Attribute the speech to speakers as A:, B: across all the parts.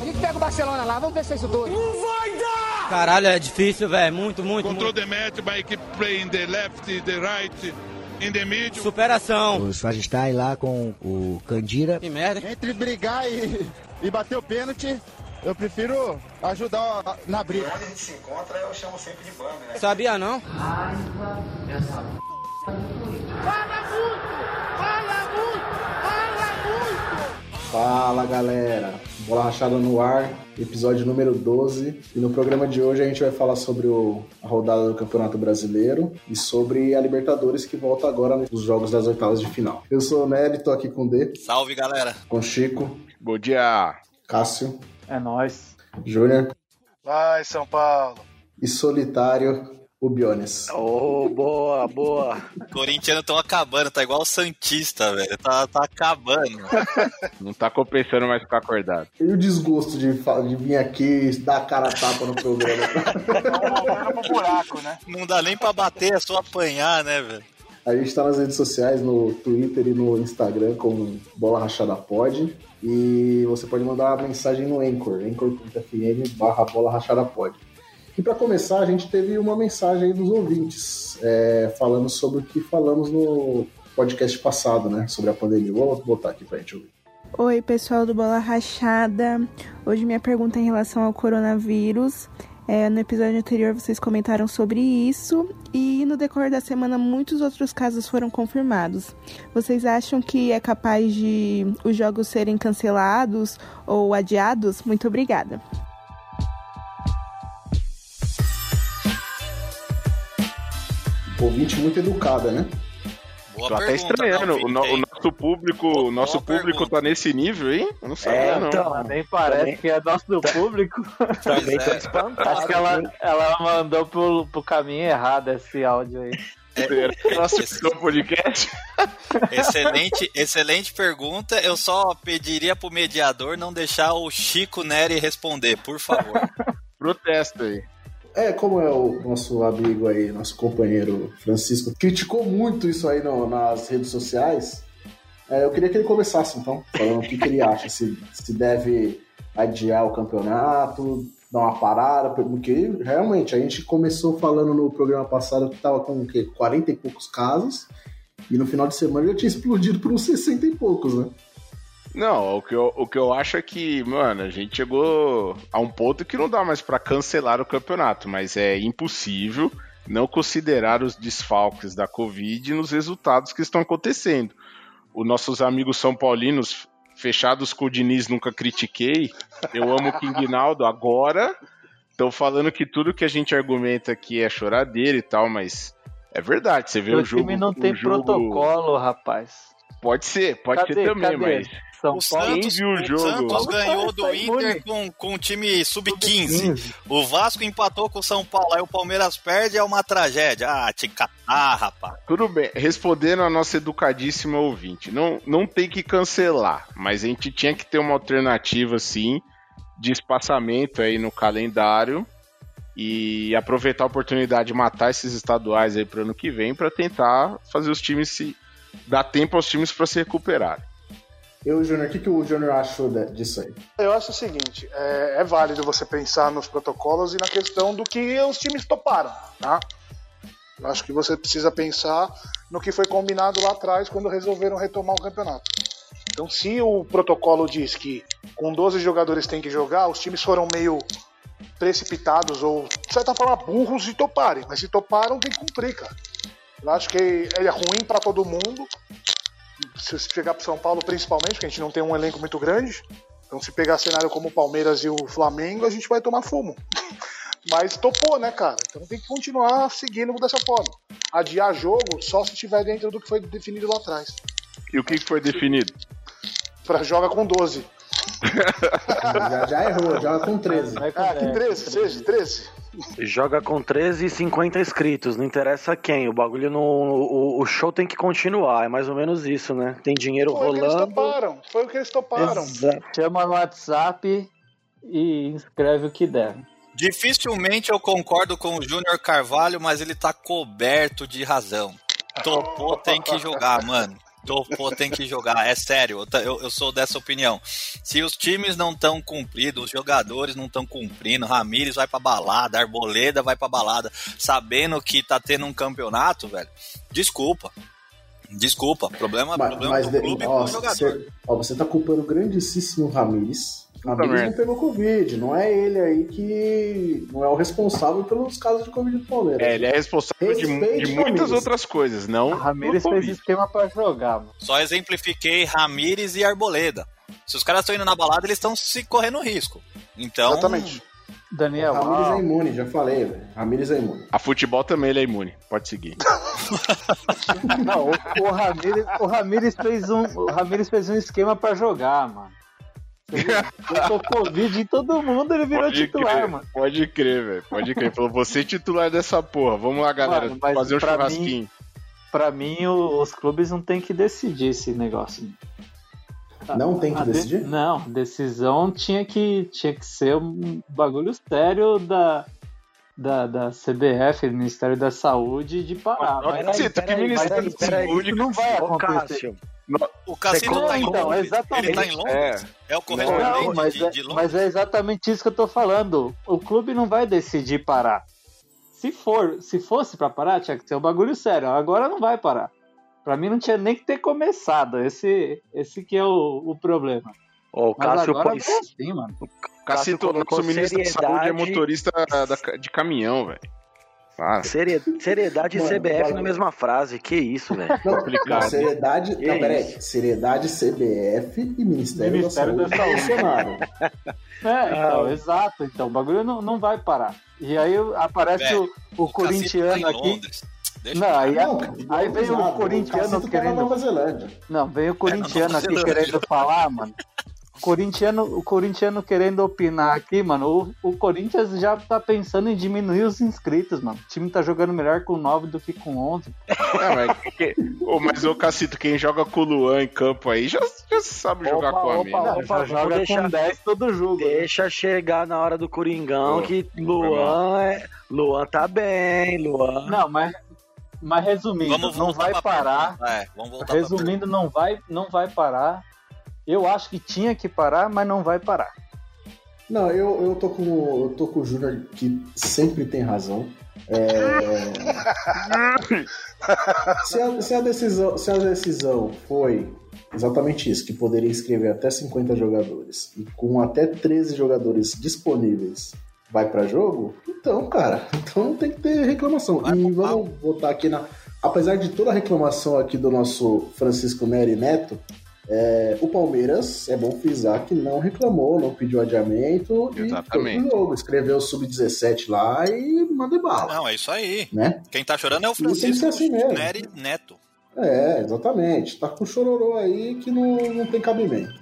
A: A gente pega o Barcelona lá, vamos vencer isso tudo.
B: Caralho, é difícil, velho. Muito, muito,
C: Control
B: muito.
C: the match by keep playing the left, the right, in the middle.
B: Superação.
D: O Sagistai lá com o Candira.
B: Que merda. hein?
E: Entre brigar e, e bater o pênalti, eu prefiro ajudar a- na briga.
F: Quando a gente se encontra, eu chamo sempre de banda, né?
B: Sabia não?
G: Fala galera, Bola Rachada no ar, episódio número 12. E no programa de hoje a gente vai falar sobre o- a rodada do Campeonato Brasileiro e sobre a Libertadores que volta agora nos jogos das oitavas de final. Eu sou o Nery, tô aqui com o D,
H: Salve, galera.
G: com o Chico,
C: Bom dia.
G: Cássio,
I: É nóis.
G: Júnior
E: Vai, São Paulo.
G: e solitário, o Biones.
I: Ô, boa, boa.
H: Corintiano estão acabando, tá igual o Santista, velho. Tá, tá acabando.
C: Não tá compensando mais ficar acordado.
G: E o desgosto de, fa- de vir aqui dar a cara a tapa no programa.
E: Então, Era pro buraco, né?
H: Não dá nem pra bater, é só apanhar, né, velho?
G: A gente tá nas redes sociais, no Twitter e no Instagram como Bola Rachada Pod. E você pode mandar uma mensagem no Anchor, anchor.fm barra Bola Rachada Pod. E para começar, a gente teve uma mensagem aí dos ouvintes, é, falando sobre o que falamos no podcast passado, né? Sobre a pandemia. Vou botar aqui pra gente ouvir.
J: Oi, pessoal do Bola Rachada. Hoje minha pergunta é em relação ao coronavírus. É, no episódio anterior vocês comentaram sobre isso e no decorrer da semana muitos outros casos foram confirmados. Vocês acham que é capaz de os jogos serem cancelados ou adiados? Muito obrigada.
G: Ouvinte muito educada, né?
H: Boa
C: Tô até
H: pergunta,
C: estranhando.
H: não,
C: o, no-
H: Felipe,
C: o
H: hein?
C: nosso público, o nosso
H: boa
C: público
H: pergunta.
C: tá nesse nível, hein? Eu Não sabia, não.
I: É, então, Nem parece que é nosso do público.
H: Pois é.
I: Acho que ela, ela mandou pro, pro caminho errado esse áudio aí.
C: Será que nós
H: Esse-
C: fizemos um podcast?
H: É, Excelente, excelente pergunta. Eu só pediria pro mediador não deixar o Chico Neri responder, por favor.
C: Protesto aí.
G: É, como é o nosso amigo aí, nosso companheiro Francisco, criticou muito isso aí no- nas redes sociais. É, eu queria que ele começasse, então, falando o que, que ele acha, se, se deve adiar o campeonato, dar uma parada, porque realmente a gente começou falando no programa passado que tava com o quê? 40 e poucos casos, e no final de semana já tinha explodido por uns 60 e poucos, né?
C: Não, o que, eu, o que eu acho é que, mano, a gente chegou a um ponto que não dá mais pra cancelar o campeonato, mas é impossível não considerar os desfalques da Covid nos resultados que estão acontecendo. Os nossos amigos são paulinos, fechados com o Diniz, nunca critiquei. Eu amo o King Naldo agora. Estão falando que tudo que a gente argumenta aqui é choradeira e tal, mas é verdade. Você vê o,
I: o
C: jogo.
I: time não
C: o
I: tem
C: jogo-
I: protocolo, rapaz.
C: Pode ser, pode
I: Cadê?
C: ser também,
I: Cadê?
C: mas.
I: São
H: O
I: Paulo.
H: Santos,
C: viu Então, o
H: o
C: jogo?
H: Santos ganhou do
I: Tá imune.
H: Inter com, com o time sub-15. O Vasco empatou com o São Paulo, aí o Palmeiras perde, é uma tragédia. Ah, te catar, rapaz.
C: Tudo bem, respondendo a nossa educadíssima ouvinte, não, não tem que cancelar, mas a gente tinha que ter uma alternativa, sim, de espaçamento aí no calendário e aproveitar a oportunidade de matar esses estaduais aí pro ano que vem para tentar fazer os times se. dar tempo aos times para se recuperarem.
G: Eu, Júnior, o que, que o Júnior achou de- disso aí?
E: Eu acho o seguinte, é, é válido você pensar nos protocolos e na questão do que os times toparam, tá? Eu acho que você precisa pensar no que foi combinado lá atrás quando resolveram retomar o campeonato. Então, se o protocolo diz que com 12 jogadores tem que jogar, os times foram meio precipitados ou, de certa forma, burros de toparem. Mas se toparam, tem que cumprir, cara. Eu acho que é ruim pra todo mundo. Se você chegar pro São Paulo, principalmente, porque a gente não tem um elenco muito grande. Então, se pegar cenário como o Palmeiras e o Flamengo, a gente vai tomar fumo. Mas topou, né, cara? Então tem que continuar seguindo dessa forma. Adiar jogo só se tiver dentro do que foi definido lá atrás.
C: E o que que foi definido?
E: Pra joga com 12.
G: Já, já errou, já tá com 13.
I: Vai com
E: Ah, que
I: fé.
E: 13, seja 13.
K: Joga com 13 e 50 inscritos, não interessa quem. O bagulho não. O, o show tem que continuar, é mais ou menos isso, né? Tem dinheiro
E: Foi o que eles
K: rolando.
E: toparam. Foi o que eles toparam.
K: Exa-
I: Chama no WhatsApp e inscreve o que der.
H: Dificilmente eu concordo com o Júnior Carvalho, mas ele tá coberto de razão. Topou, tem que jogar, mano. tô, pô, tem que jogar. É sério, eu, ta- eu, eu sou dessa opinião. Se os times não estão cumprindo, os jogadores não estão cumprindo, Ramires vai pra balada, Arboleda vai pra balada, sabendo que tá tendo um campeonato, velho, desculpa. Desculpa, problema,
G: Mas,
H: Ah, problema
G: mas
H: do
G: de-
H: clube e
G: ó,
H: do jogador.
G: você, ó, você tá culpando o grandíssimo Ramires. Ramires
H: merda.
G: não pegou Covid, não é ele aí que não é o responsável pelos casos de Covid do Palmeiras.
C: É, ele é responsável de,
G: Respeite,
C: de muitas
G: Ramires.
C: outras coisas, não.
H: Ramires
C: pelo
H: fez
C: Covid.
E: esquema pra jogar, mano.
H: Só exemplifiquei Ramires e Arboleda. Se os caras estão indo na balada, eles estão se correndo risco. Então.
G: Exatamente.
E: Daniel,
G: Ramires
H: ó.
G: é imune, já falei, velho. Ramires é imune.
C: A futebol também ele é imune, pode seguir.
E: Não, o, o Ramires, o Ramires fez um, o Ramires fez um esquema pra jogar, mano. Botou Covid em todo mundo, ele virou titular,
C: crer,
E: mano.
C: Pode crer, velho. Pode crer. Falou, você titular dessa porra. Vamos lá, galera.
E: Mano, mas
C: fazer um
E: pra
C: churrasquinho.
E: mim- Pra mim, o- os clubes não tem que decidir esse negócio.
G: Não tem que
E: A de-
G: decidir?
E: Não, decisão tinha que, tinha que ser um bagulho sério da, da, da CBF, do Ministério da Saúde, de parar.
F: Mas,
E: Ah, Mas-
F: Cacito, que
E: mas-
F: Ministério
E: mas-
F: da
E: peraí,
F: Saúde
E: isso não vai
F: Ô,
E: acontecer.
F: Cássio,
H: O
E: Você
H: Cassino tá
E: conta,
H: em
E: então,
H: Londres.
E: exatamente.
H: Ele tá em Londres? É, o corretor
E: Não,
H: de-
E: mas,
H: de,
E: é,
H: de Londres.
E: mas é exatamente isso que eu tô falando. O clube não vai decidir parar. Se for, se fosse pra parar, tinha que ser um bagulho sério. Agora não vai parar. Pra mim não tinha nem que ter começado. Esse, esse que é o, o problema.
B: o
C: Cássio
E: agora
C: pôs-
E: vai assim, mano.
C: Cássio,
B: Cássio
C: nosso
B: colocou
C: ministro da
B: seriedade-
C: saúde é motorista da- de caminhão, velho. Ah, Para.
B: Serie- Seriedade
G: Mano,
B: e CBF
G: fala-
B: na mesma frase, que isso, velho.
G: Não, não, seriedade.
B: Que
G: não, peraí.
B: isso?
G: Seriedade CBF e Ministério,
E: Ministério
G: da
E: da
G: Saúde.
E: Saúde.
G: Bolsonaro.
E: É, então,
G: Ah.
E: exato. Então, o bagulho não, não vai parar. E aí aparece
G: Velho,
E: o, o, corintiano
G: tá em
E: aqui.
G: Londres.
E: não, aí, é
B: é-
G: Não,
E: aí vem
G: não,
E: o
G: o
E: corintiano
G: Cacito tá na
E: querendo.
G: Nova Zelândia.
E: É, Não, vem o corintiano
G: Nova
E: aqui
G: Zelândia.
E: querendo falar, mano. Corintiano, o corintiano querendo opinar aqui, mano. O, o Corinthians já tá pensando em diminuir os inscritos, mano. O time tá jogando melhor com 9 do que com 11.
C: É, mas, que- Ô, mas, ô, Cacito, quem joga com o Luan em campo aí já, já sabe jogar com a
B: Opa,
C: mina. né?
B: opa, vamos deixar-
E: todo jogo. né?
B: Deixa chegar na hora do Coringão
C: Pô,
B: que
C: foi
B: Luan,
C: mal.
B: é- Luan tá bem, Luan.
E: Não, mas, mas resumindo, não vai
C: Tá,
E: parar.
H: É, vamos voltar pra
E: Resumindo, não vai, não vai parar. Eu acho que tinha que parar, mas não vai parar.
G: Não, eu, eu tô com o- eu tô com o Júnior que sempre tem razão. É... se, a, se a decisão, se a decisão foi exatamente isso, que poderia inscrever até 50 jogadores e com até 13 jogadores disponíveis vai pra jogo, então, cara, então não tem que ter reclamação. e vamos botar aqui na. Apesar de toda a reclamação aqui do nosso Francisco Neri Neto, é, o Palmeiras, é bom frisar que não reclamou, não pediu adiamento
H: Exatamente.
G: e foi pro jogo. Escreveu o sub-17 lá e manda bala.
H: Não, é isso aí.
G: Né?
H: Quem tá chorando é o
G: Isso tem que ser
H: Francisco
G: assim mesmo.
H: Neri Neto.
G: É, exatamente. Tá com chororô aí que não, não tem cabimento.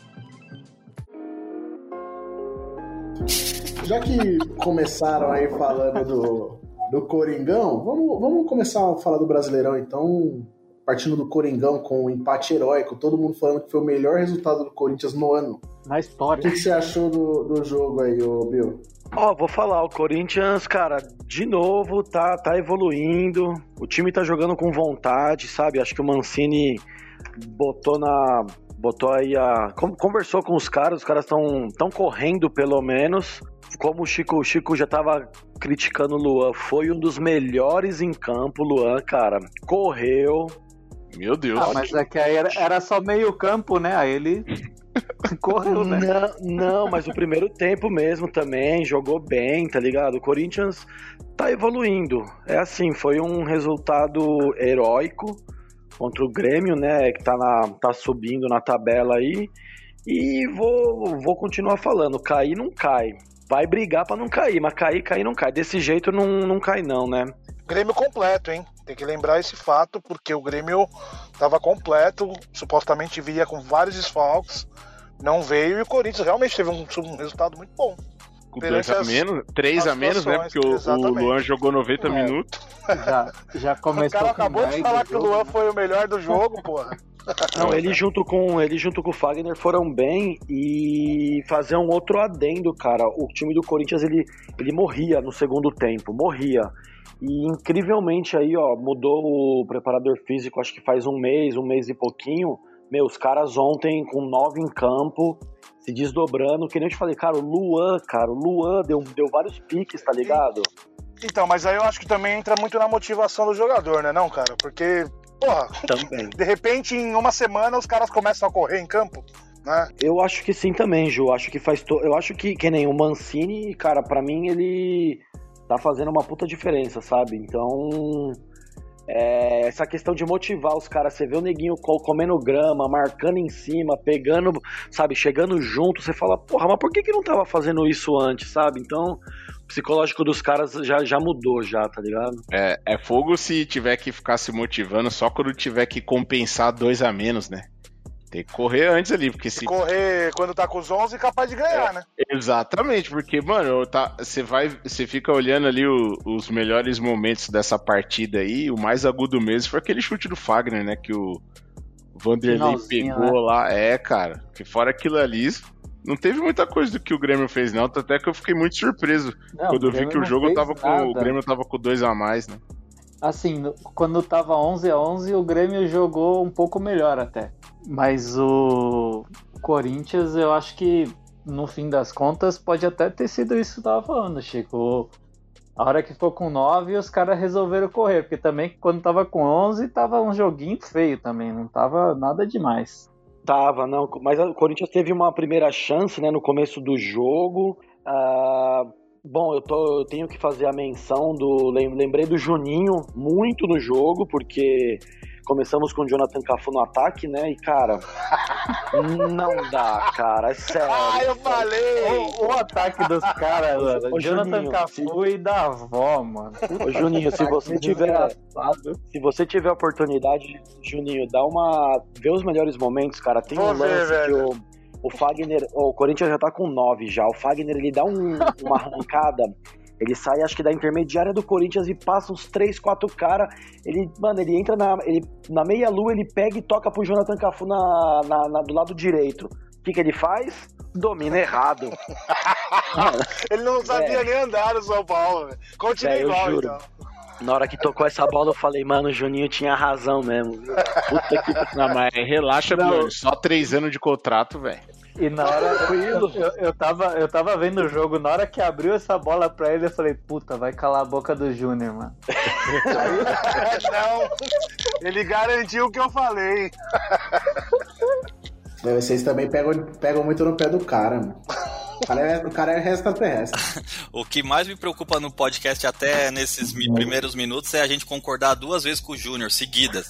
G: Já que começaram aí falando do, do Coringão, vamos, vamos começar a falar do Brasileirão então, partindo do Coringão com o empate heróico, todo mundo falando que foi o melhor resultado do Corinthians no ano.
E: Na
G: O
E: história.
G: que, que você achou do, do jogo aí, ô Bill?
B: Ó, vou falar, o Corinthians, cara, de novo, tá, tá evoluindo. O time tá jogando com vontade, sabe? Acho que o Mancini botou na. botou aí a. con- Conversou com os caras, os caras estão tão correndo pelo menos. Como o Chico, o Chico já tava criticando o Luan, foi um dos melhores em campo, Luan, cara. Correu.
C: Meu Deus.
E: Ah, mas é que aí era, era só meio campo, né? Aí ele correu, né?
B: Não, não, mas o primeiro tempo mesmo também jogou bem, tá ligado? O Corinthians tá evoluindo. É assim, foi um resultado heróico contra o Grêmio, né? Que tá, na, tá subindo na tabela aí. E vou, vou continuar falando, cair não cai. Vai brigar pra não cair, mas cair, cair não cai. Desse jeito não, não cai não, né?
L: Grêmio completo, hein? Tem que lembrar esse fato, porque o Grêmio estava completo, supostamente via com vários desfalques, não veio e o Corinthians realmente teve um, um resultado muito bom.
C: Com dois a menos, três a menos, né? Porque o, o Luan jogou 90 minutos.
E: Já, já
L: O
E: começou
L: cara
E: com
L: acabou de
E: merda
L: falar
E: o
L: que o
E: jogo,
L: Luan
E: né?
L: foi o melhor do jogo, porra.
E: Não, ele junto com ele junto com o Fagner foram bem e fazer um outro adendo, cara. O time do Corinthians ele, ele morria no segundo tempo, morria. E incrivelmente aí, ó, mudou o preparador físico, acho que faz um mês, um mês e pouquinho. Meu, os caras ontem com nove em campo, se desdobrando, que nem eu te falei, cara, o Luan, cara, o Luan deu, deu vários piques, tá ligado?
L: Então, mas aí eu acho que também entra muito na motivação do jogador, né, não, cara? Porque, porra,
E: Também.
L: de repente em uma semana os caras começam a correr em campo, né?
E: Eu acho que sim também, Ju. Acho que faz. to- Eu acho que, que nem o Mancini, cara, pra mim ele tá fazendo uma puta diferença, sabe? Então. é, essa questão de motivar os caras, você vê o neguinho co- comendo grama, marcando em cima, pegando, sabe, chegando junto, você fala, porra, mas por que, que não tava fazendo isso antes, sabe? Então, o psicológico dos caras já, já mudou, já, tá ligado?
C: É, é fogo se tiver que ficar se motivando só quando tiver que compensar dois a menos, né? Tem que correr antes ali, porque se.
L: Correr quando tá com os 11 é capaz de ganhar, né?
C: Exatamente, porque, mano, tá, você vai, você fica olhando ali o- os melhores momentos dessa partida aí, o mais agudo mesmo foi aquele chute do Fagner, né, que o Vanderlei
M: Finalzinho,
C: pegou
M: né?
C: lá, é, cara, que fora aquilo ali, não teve muita coisa do que o Grêmio fez não, até que eu fiquei muito surpreso
M: Não,
C: quando eu
M: o
C: vi que
M: Grêmio
C: o
M: não
C: jogo
M: fez
C: tava com, o
M: nada.
C: Grêmio tava com dois a mais, né?
M: Assim, no- quando tava 11 a 11, o Grêmio jogou um pouco melhor até. Mas o Corinthians, eu acho que no fim das contas pode até ter sido isso que eu tava falando, Chico. O- A hora que ficou com 9, os caras resolveram correr, porque também quando tava com 11, tava um joguinho feio também, não tava nada demais.
E: Tava, não. Mas o Corinthians teve uma primeira chance, né, no começo do jogo. Ah, bom, eu, tô- eu tenho que fazer a menção do. lem- Lembrei do Juninho muito no jogo, porque começamos com o Jonathan Cafu no ataque, né? E, cara, não dá, cara. É sério.
L: Ah, eu falei!
M: O, o ataque dos caras, mano.
E: Ô,
M: Jonathan
E: Juninho,
M: Cafu e da avó, mano.
E: Ô, Juninho, se você tiver. Se você tiver a oportunidade, Juninho, dá uma. Vê os melhores momentos, cara. Tem
L: Vou
E: um lance
L: ver,
E: que
L: velho.
E: o, o Fagner. ó, o Corinthians já tá com nove já. O Fagner ele dá um- uma arrancada. Ele sai, acho que da intermediária do Corinthians e passa uns três, quatro caras. Ele, mano, ele entra na, ele- na meia-lua, ele pega e toca pro Jonathan Cafu na, na- na- do lado direito. O que, que ele faz? Domina errado.
L: Ele não sabia
E: Velho.
L: nem andar no São Paulo, velho. Continua
E: Velho, É. eu
L: igual,
E: juro.
L: então.
E: Na hora que tocou essa bola, eu falei, mano, o Juninho tinha razão mesmo. viu? Puta que
C: Não, mas relaxa,
M: Não.
C: Pior, só três anos de contrato, velho.
M: E na hora eu, eu, eu tava, eu tava vendo o jogo, na hora que abriu essa bola pra ele, eu falei, puta, vai calar a boca do Júnior, mano.
L: É, não, ele garantiu o que eu falei.
G: Mas Vocês também pegam, pegam muito no pé do cara, mano. O cara é, o cara é extraterrestre.
H: O que mais me preocupa no podcast até nesses mi- primeiros minutos é a gente concordar duas vezes com o Júnior, seguidas.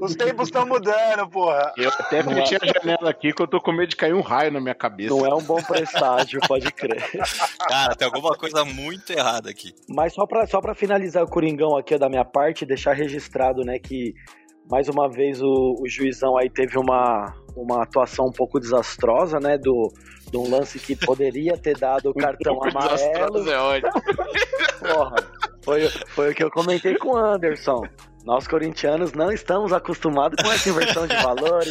L: Os tempos estão mudando, porra.
C: Eu até fechei a janela aqui que eu tô com medo de cair um raio na minha cabeça.
E: Não é um bom presságio, pode crer.
H: Cara, tem alguma coisa muito errada aqui.
E: Mas só pra, só pra finalizar o Coringão aqui ó, da minha parte, deixar registrado, né, que mais uma vez o, o juizão aí teve uma, uma atuação um pouco desastrosa, né, do, de um lance que poderia ter dado o cartão
C: Pouco
E: amarelo.
C: desastroso é ótimo.
E: Porra, foi, foi o que eu comentei com o Anderson. Nós corintianos não estamos acostumados com essa inversão de valores,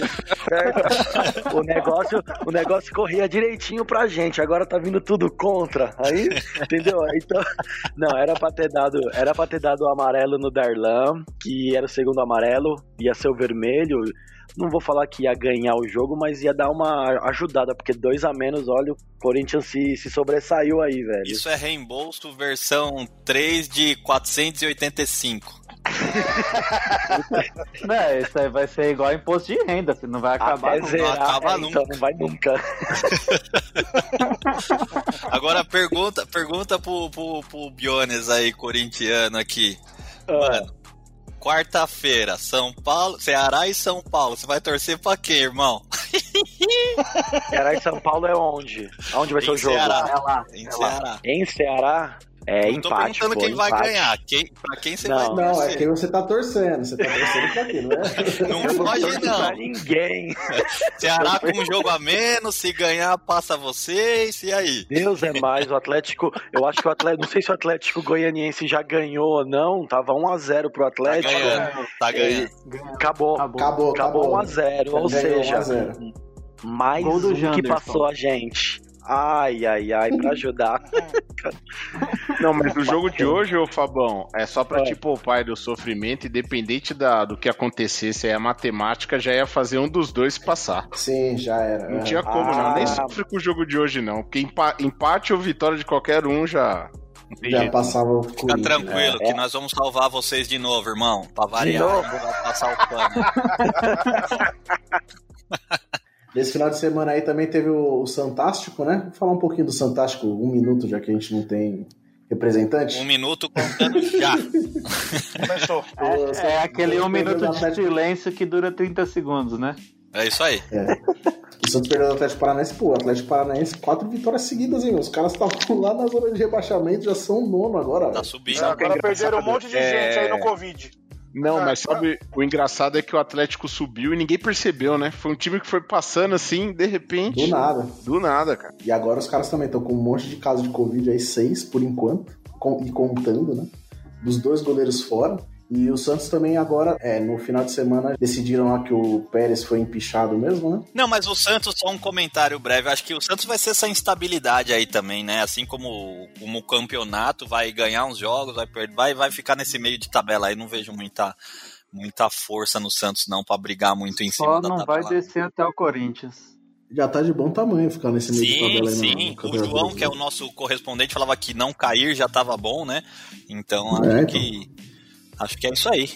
E: certo? O negócio, o negócio corria direitinho pra gente, agora tá vindo tudo contra. Aí, entendeu? Então, não, era pra ter dado, era pra ter dado o amarelo no Darlan, que era o segundo amarelo, ia ser o vermelho. Não vou falar que ia ganhar o jogo, mas ia dar uma ajudada, porque dois a menos, olha, o Corinthians se, se sobressaiu aí, velho.
H: Isso é reembolso versão 3 de 485.
M: Não, isso aí vai ser igual imposto de renda, filho, não vai acabar.
E: Até
M: não.
E: zerar,
H: acaba
E: Ah, é,
H: nunca.
E: então não vai nunca.
H: Agora pergunta, pergunta pro, pro, pro Biones aí, corintiano aqui. Mano, quarta-feira, São Paulo, Ceará e São Paulo. Você vai torcer pra quê, irmão?
E: Ceará e São Paulo é onde? Aonde vai ser
H: Em
E: o jogo?
H: Ceará.
M: É lá.
H: Em Ceará.
E: Em Ceará?
B: É
H: Tô
B: empate.
H: perguntando
B: pô,
H: quem vai
B: empate.
H: ganhar, quem, pra quem você vai
G: Não, não, é
H: torcer.
G: quem você tá torcendo. Você tá torcendo pra quê, não é?
H: Não
G: Eu
H: foge,
G: torço
H: não.
G: pra
B: ninguém.
H: Ceará com um jogo a menos, se ganhar, passa vocês, e aí?
B: Deus é mais, o Atlético. Eu acho que o Atlético. Não sei se o Atlético goianiense já ganhou ou não. Tava 1x0 pro Atlético.
H: ganhando, tá ganhando.
B: E Acabou.
G: Acabou,
B: Acabou,
G: acabou.
B: 1x0. Ou
G: Ganhou
B: seja,
G: 1 a 0.
B: mais
E: Gol do
B: um que
E: Janderson.
B: passou a gente. Ai, ai, ai, pra ajudar.
C: Não, mas o jogo de hoje, ô Fabão, é só pra te poupar do sofrimento, independente da, do que acontecesse aí, a matemática já ia fazer um dos dois passar.
G: Sim, já era. né?
C: Não tinha como, não. Nem sofre com o jogo de hoje, não. Porque empa- empate ou vitória de qualquer um já.
G: Já passava o é.
H: Fica tranquilo, que nós vamos salvar vocês de novo, irmão. Pra variar,
G: novo?
H: não vai passar o pano.
G: Nesse final de semana aí também teve o, o Santástico, né? Vou falar um pouquinho do Santástico, um minuto, já que a gente não tem representante.
H: Um minuto contando já.
L: Começou.
H: Um
E: É, é aquele um
G: Perdeu
E: minuto
G: do
E: de silêncio que dura 30 segundos, né?
H: É isso aí.
G: O Santos perdeu do Atlético Paranaense, pô, o Atlético Paranaense, quatro vitórias seguidas, hein? meu? Os caras estavam lá na zona de rebaixamento, já são nono agora.
H: Tá
G: velho.
H: subindo.
L: Agora perderam um monte de gente
C: É.
L: aí no Covid.
C: Não,
L: Ah,
C: mas sabe, o engraçado é que o Atlético subiu e ninguém percebeu, né? Foi um time que foi passando assim, de repente.
G: Do nada.
C: Do nada, cara.
G: E agora os caras também estão com um monte de casos de Covid aí, seis por enquanto, com- e contando, né? Dos dois goleiros fora. E o Santos também agora, é, no final de semana, decidiram lá que o Pérez foi empichado mesmo, né?
H: Não, mas o Santos, só um comentário breve. Acho que o Santos vai ser essa instabilidade aí também, né? Assim como, como o campeonato vai ganhar uns jogos, vai perder, vai, vai ficar nesse meio de tabela aí. Não vejo muita, muita força no Santos, não, pra brigar muito em cima
E: Só
H: da
E: não vai
H: tabela.
E: descer até o Corinthians.
G: Já tá de bom tamanho ficar nesse meio de
H: Sim,
G: tabela aí.
H: sim.
G: na- né? na
H: O João,
G: tabela.
H: que é o nosso correspondente, falava que não cair já tava bom, né? Então acho
G: É, então.
H: que. Acho que é isso aí.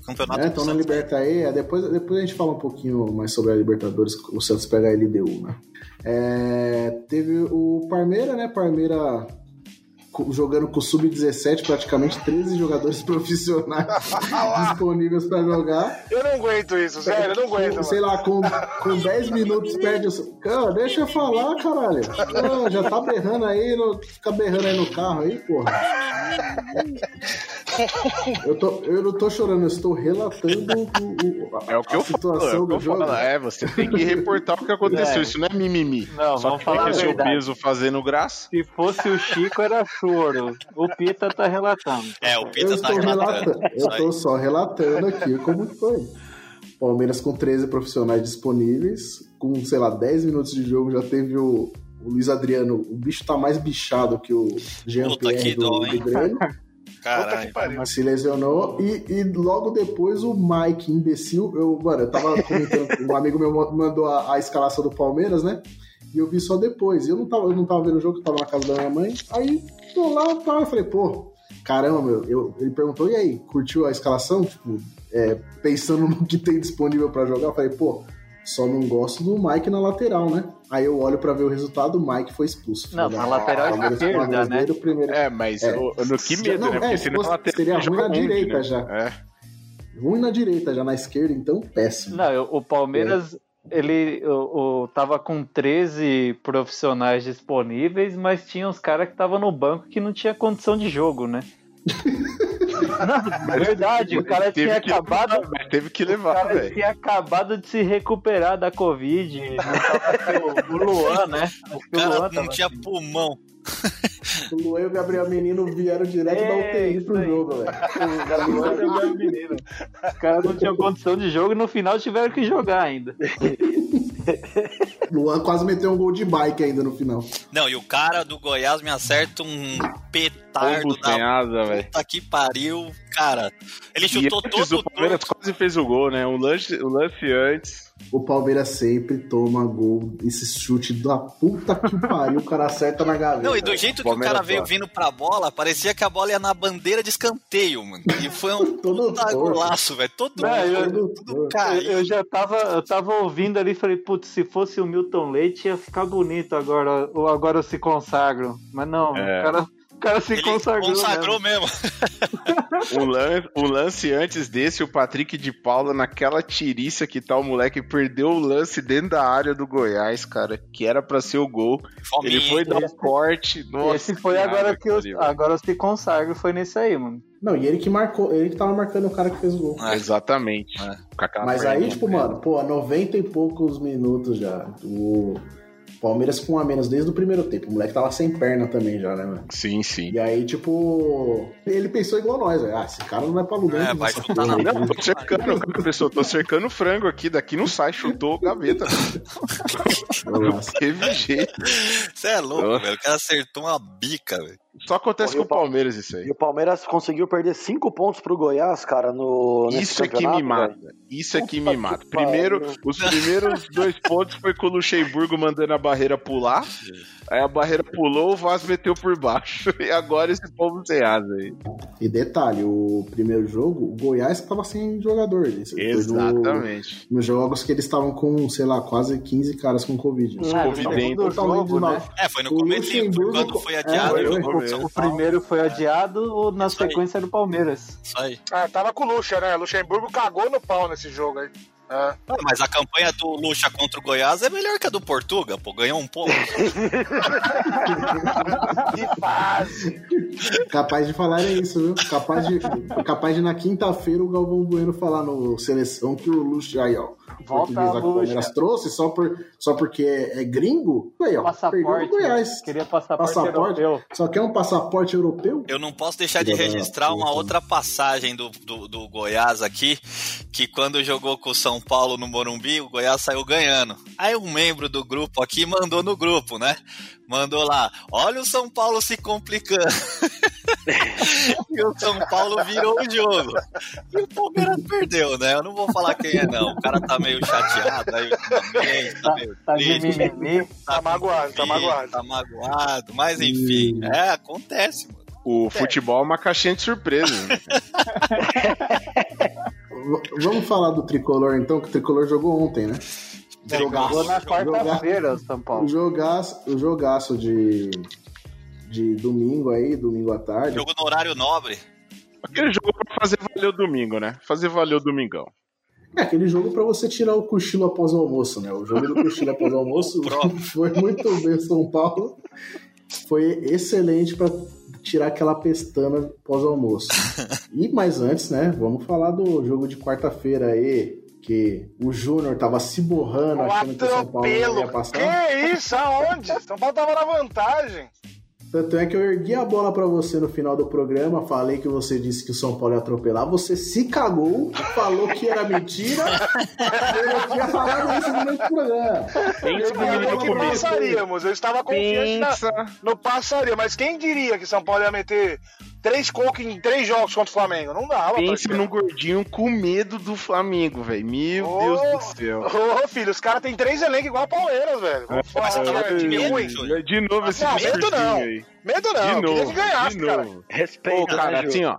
H: O campeonato
G: É,
H: do
G: então na
H: Santos.
G: Liberta aí, é, depois, depois a gente fala um pouquinho mais sobre a Libertadores, o Santos pega a LDU, né? É, teve o Parmeira, né? Parmeira co- jogando com o Sub-17, praticamente 13 jogadores profissionais disponíveis pra jogar.
L: Eu não aguento isso, sério, eu não aguento.
G: Com- sei
L: mano.
G: lá, com, com 10 minutos perde o. Cara, deixa eu falar, caralho. Ah, já tá berrando aí, no, fica berrando aí no carro aí, porra. Eu, tô, eu não tô chorando, eu estou relatando o- o- a,
C: É o que
G: a
C: eu falo, é
G: situação
C: o que
G: do
C: eu
G: jogo.
C: falo. É, você tem que reportar o que aconteceu.
E: É.
C: Isso não é mimimi.
E: Não,
C: Só
E: vamos
C: que
E: falar
C: fica
E: a
C: o seu
E: verdade.
C: peso fazendo graça.
E: Se fosse o Chico, era choro. O Pita tá relatando.
H: É, o
G: Eu
H: Pita tá
G: estou relatando,
H: relatando.
C: é
G: eu tô só relatando aqui como que foi. Palmeiras com 13 profissionais disponíveis, com, sei lá, 10 minutos de jogo, já teve o, o Luiz Adriano, o bicho tá mais bichado que o Jean
H: Puta que
G: Pierre do,
H: dó,
G: do
H: hein?
G: Grêmio.
L: Puta que
H: Caralho.
L: pariu.
G: Se lesionou e, e logo depois o Mike, imbecil, eu, mano, eu tava comentando, um amigo meu mandou a, a escalação do Palmeiras, né? E eu vi só depois. Eu não tava, eu não tava vendo o jogo, eu tava na casa da minha mãe. Aí tô lá tal, eu falei, pô, caramba, meu, eu, ele perguntou, e aí, curtiu a escalação? Tipo, é, pensando no que tem disponível pra jogar, eu falei, pô, só não gosto do Mike na lateral, né? Aí eu olho pra ver o resultado, o Mike foi expulso.
E: Não,
G: Filho
E: na
G: da-
E: lateira
G: Palmeiras foi
E: esquerda, né?
G: brasileiro, primeiro
C: É, mas
G: É.
C: o- no que medo,
G: Não,
C: né?
G: é,
C: Porque
G: se
C: senão
G: fosse-
C: ela teria
G: seria ruim na direita
C: né?
G: já.
C: É.
G: Ruim na direita, já na esquerda, então péssimo.
E: Não, eu- o Palmeiras,
C: É.
E: ele o, o- tava com 13 profissionais disponíveis, mas tinha uns caras que tava no banco que não tinha condição de jogo, né? não, verdade, o cara
C: Teve
E: tinha
C: que
E: acabado.
C: levar, velho, teve que
E: o
C: levar,
E: cara
C: velho.
E: tinha acabado de se recuperar da Covid. não tava com O o Luan, né? Acho
H: O
E: que o Luan
H: cara não
E: tava- assim,
H: tinha pulmão.
G: O Luan e o Gabriel Menino vieram direto da
E: É,
G: UTI pro
E: isso aí.
G: jogo, velho.
E: O Luan era meu menino. Os caras não tinham condição de jogo e no final tiveram que jogar ainda.
G: Luan quase meteu um gol de bike ainda no final.
H: Não, e o cara do Goiás me acerta um petardo
C: Pombo sem
H: da
C: asa, velho.
H: puta que pariu, cara. Ele
C: E é
H: chutou
C: antes,
H: todo
C: o
H: o
C: Palmeiras
H: torto.
C: quase fez o gol, né? O lance, o lance antes.
G: O Palmeiras sempre toma gol. Esse chute da puta que pariu, o cara acerta na gaveta.
H: Não, e do jeito que o
C: Palmeiras
H: cara veio
C: fora.
H: vindo pra bola, parecia que a bola ia na bandeira de escanteio, mano. E foi um
G: Todo
H: puta
G: torto.
H: golaço, velho. Todo
E: Não, eu-
H: mundo, tudo
E: Eu,
H: caiu.
E: eu já tava, eu tava ouvindo ali e falei, putz, se fosse o Milton Leite ia ficar bonito agora, ou agora eu se consagro. Mas não,
C: É.
E: o cara O cara se
H: Ele
E: consagrou.
H: consagrou mesmo.
C: Um lan- um lance, antes desse, o Patrick de Paula, naquela tiriça que tá o moleque, perdeu o lance dentro da área do Goiás, cara, que era pra ser o gol.
H: Fominha,
C: Ele foi
H: hein?
C: dar um corte. Nossa,
E: Esse foi
C: cara,
E: agora que eu,
C: pariu.
E: agora eu se consagro, foi nesse aí, mano.
G: Não, e ele que marcou, ele que tava marcando o cara que fez o gol.
C: Ah, Exatamente. Com
H: Ah,
C: aquela
G: Mas aí,
C: perninha.
G: tipo, mano, pô, 90 e poucos minutos já. O Palmeiras com um a menos desde o primeiro tempo. O moleque tava sem perna também já, né, mano?
C: Sim, sim.
G: E aí, tipo, ele pensou igual nós, velho. Ah, esse cara não é pra lugar.
H: É,
G: nenhum,
H: vai
G: essa
H: chutar na
G: porra
C: Não,
G: aqui.
C: tô cercando, cara, pessoal, tô cercando o frango aqui, daqui não sai, chutou gaveta. Não
G: Nossa.
C: teve jeito.
H: Você é louco,
C: Nossa.
H: velho. O cara acertou uma bica, velho.
C: Só acontece com o Palmeiras isso aí.
B: E o Palmeiras conseguiu perder cinco pontos pro Goiás, cara, no. nesse
C: Isso é que me
B: campeonato,
C: mata.
B: velho.
C: Isso é que
B: Puta que
C: me mata.
B: pariu.
C: Primeiro, os primeiros dois pontos foi com o Luxemburgo mandando a barreira pular. Aí a barreira pulou, o Vaz meteu por baixo. E agora esse povo sem asa aí.
G: E detalhe, o primeiro jogo, o Goiás tava sem jogador. né? Foi no-
C: Exatamente.
G: Nos jogos que eles estavam com, sei lá, quase 15 caras com Covid.
C: Os
G: né?
E: Ah,
C: covidentes.
E: do
G: Totalmente
E: jogo, né?
G: desnorte.
H: É, foi no
G: O
H: começo, foi
G: Luxemburgo-
H: quando foi
G: é,
H: adiado.
G: foi-
H: o
G: foi-
H: jogo de São
E: O
H: Paulo.
E: primeiro foi adiado, o- na
H: É. Isso aí.
E: sequência era o Palmeiras.
H: Isso aí.
L: Ah, tava com o Luxa, né? Luxemburgo cagou no pau nesse jogo aí. É.
H: Ah, mas a campanha do Lucha contra o Goiás é melhor que a do Portuga, pô. Ganhou um pouco.
L: Que fase!
G: Capaz de falar é isso, viu? Capaz de, capaz de na quinta-feira o Galvão Bueno falar no Seleção que o Luxo aí, ó. o
E: Volta
G: português
E: a
G: lá que o Palmeiras
E: bucha.
G: trouxe só, por, só porque é gringo? Aí, ó, perdeu
E: Passaporte. né?
G: o Goiás.
E: Queria passaporte,
G: Passaporte?
E: europeu.
G: Só quer um passaporte europeu?
H: Eu não posso deixar de
G: Filha da
H: registrar uma
G: puta.
H: outra passagem do, do, do Goiás aqui, que quando jogou com o São Paulo no Morumbi, o Goiás saiu ganhando. Aí um membro do grupo aqui mandou no grupo, né? Mandou lá, olha o São Paulo se complicando. e o São Paulo virou o jogo. E o Palmeiras perdeu, né? Eu não vou falar quem é, não. O cara tá meio chateado aí ultimamente, tá meio
E: Tá de
H: triste.
E: mimimi.
L: Tá magoado, tá magoado.
H: Tá magoado, mas enfim, é, acontece, mano.
C: O futebol é uma caixinha de surpresa. né?
G: V- vamos falar do Tricolor, então, que o Tricolor jogou ontem, né?
E: Jogou na quarta-feira, o São
G: O
E: Paulo.
G: Um jogaço, o jogaço de, de domingo aí, domingo à tarde.
H: Jogo no horário nobre.
C: Aquele jogo pra fazer valer o domingo, né? Fazer valer o domingão.
G: É aquele jogo pra você tirar o cochilo após o almoço, né? O jogo do cochilo após o almoço
H: Próprio.
G: foi muito bem o São Paulo. Foi excelente pra tirar aquela pestana pós almoço. E mais antes, né? Vamos falar do jogo de quarta-feira aí, que o Júnior tava se
L: O
G: borrando achando que o São Paulo não ia
L: Um atropelo!
G: passar.
L: Que isso? Aonde? São Paulo tava na vantagem.
G: Tanto é que eu ergui a bola pra você no final do programa, falei que você disse que o São Paulo ia atropelar, você se cagou, falou que era mentira. eu tinha falado isso durante o programa.
L: Eu falei que passaríamos. Eu estava confiante na,
C: Pensa.
L: no passaria, mas quem diria que São Paulo ia meter três coques em três jogos contra o Flamengo? Não dava.
C: Pensa
L: pra
C: num gordinho com medo do Flamengo, velho. Meu
L: Ô,
C: Deus do céu.
L: Ô, filho, os caras têm três elencos igual a Palmeiras, velho. Vamos falar
H: Mas
L: que
H: tava
L: é time
H: medo,
L: ruim.
H: Júnior.
C: De novo esse
L: Ah, medo
C: discursinho
L: não.
C: aí.
L: Medo não,
C: de
L: eu queria
C: novo,
L: que ganhasse,
C: de
L: cara.
C: novo.
B: Respeita,
C: Pô, cara,
B: né, Ju?
C: assim, ó.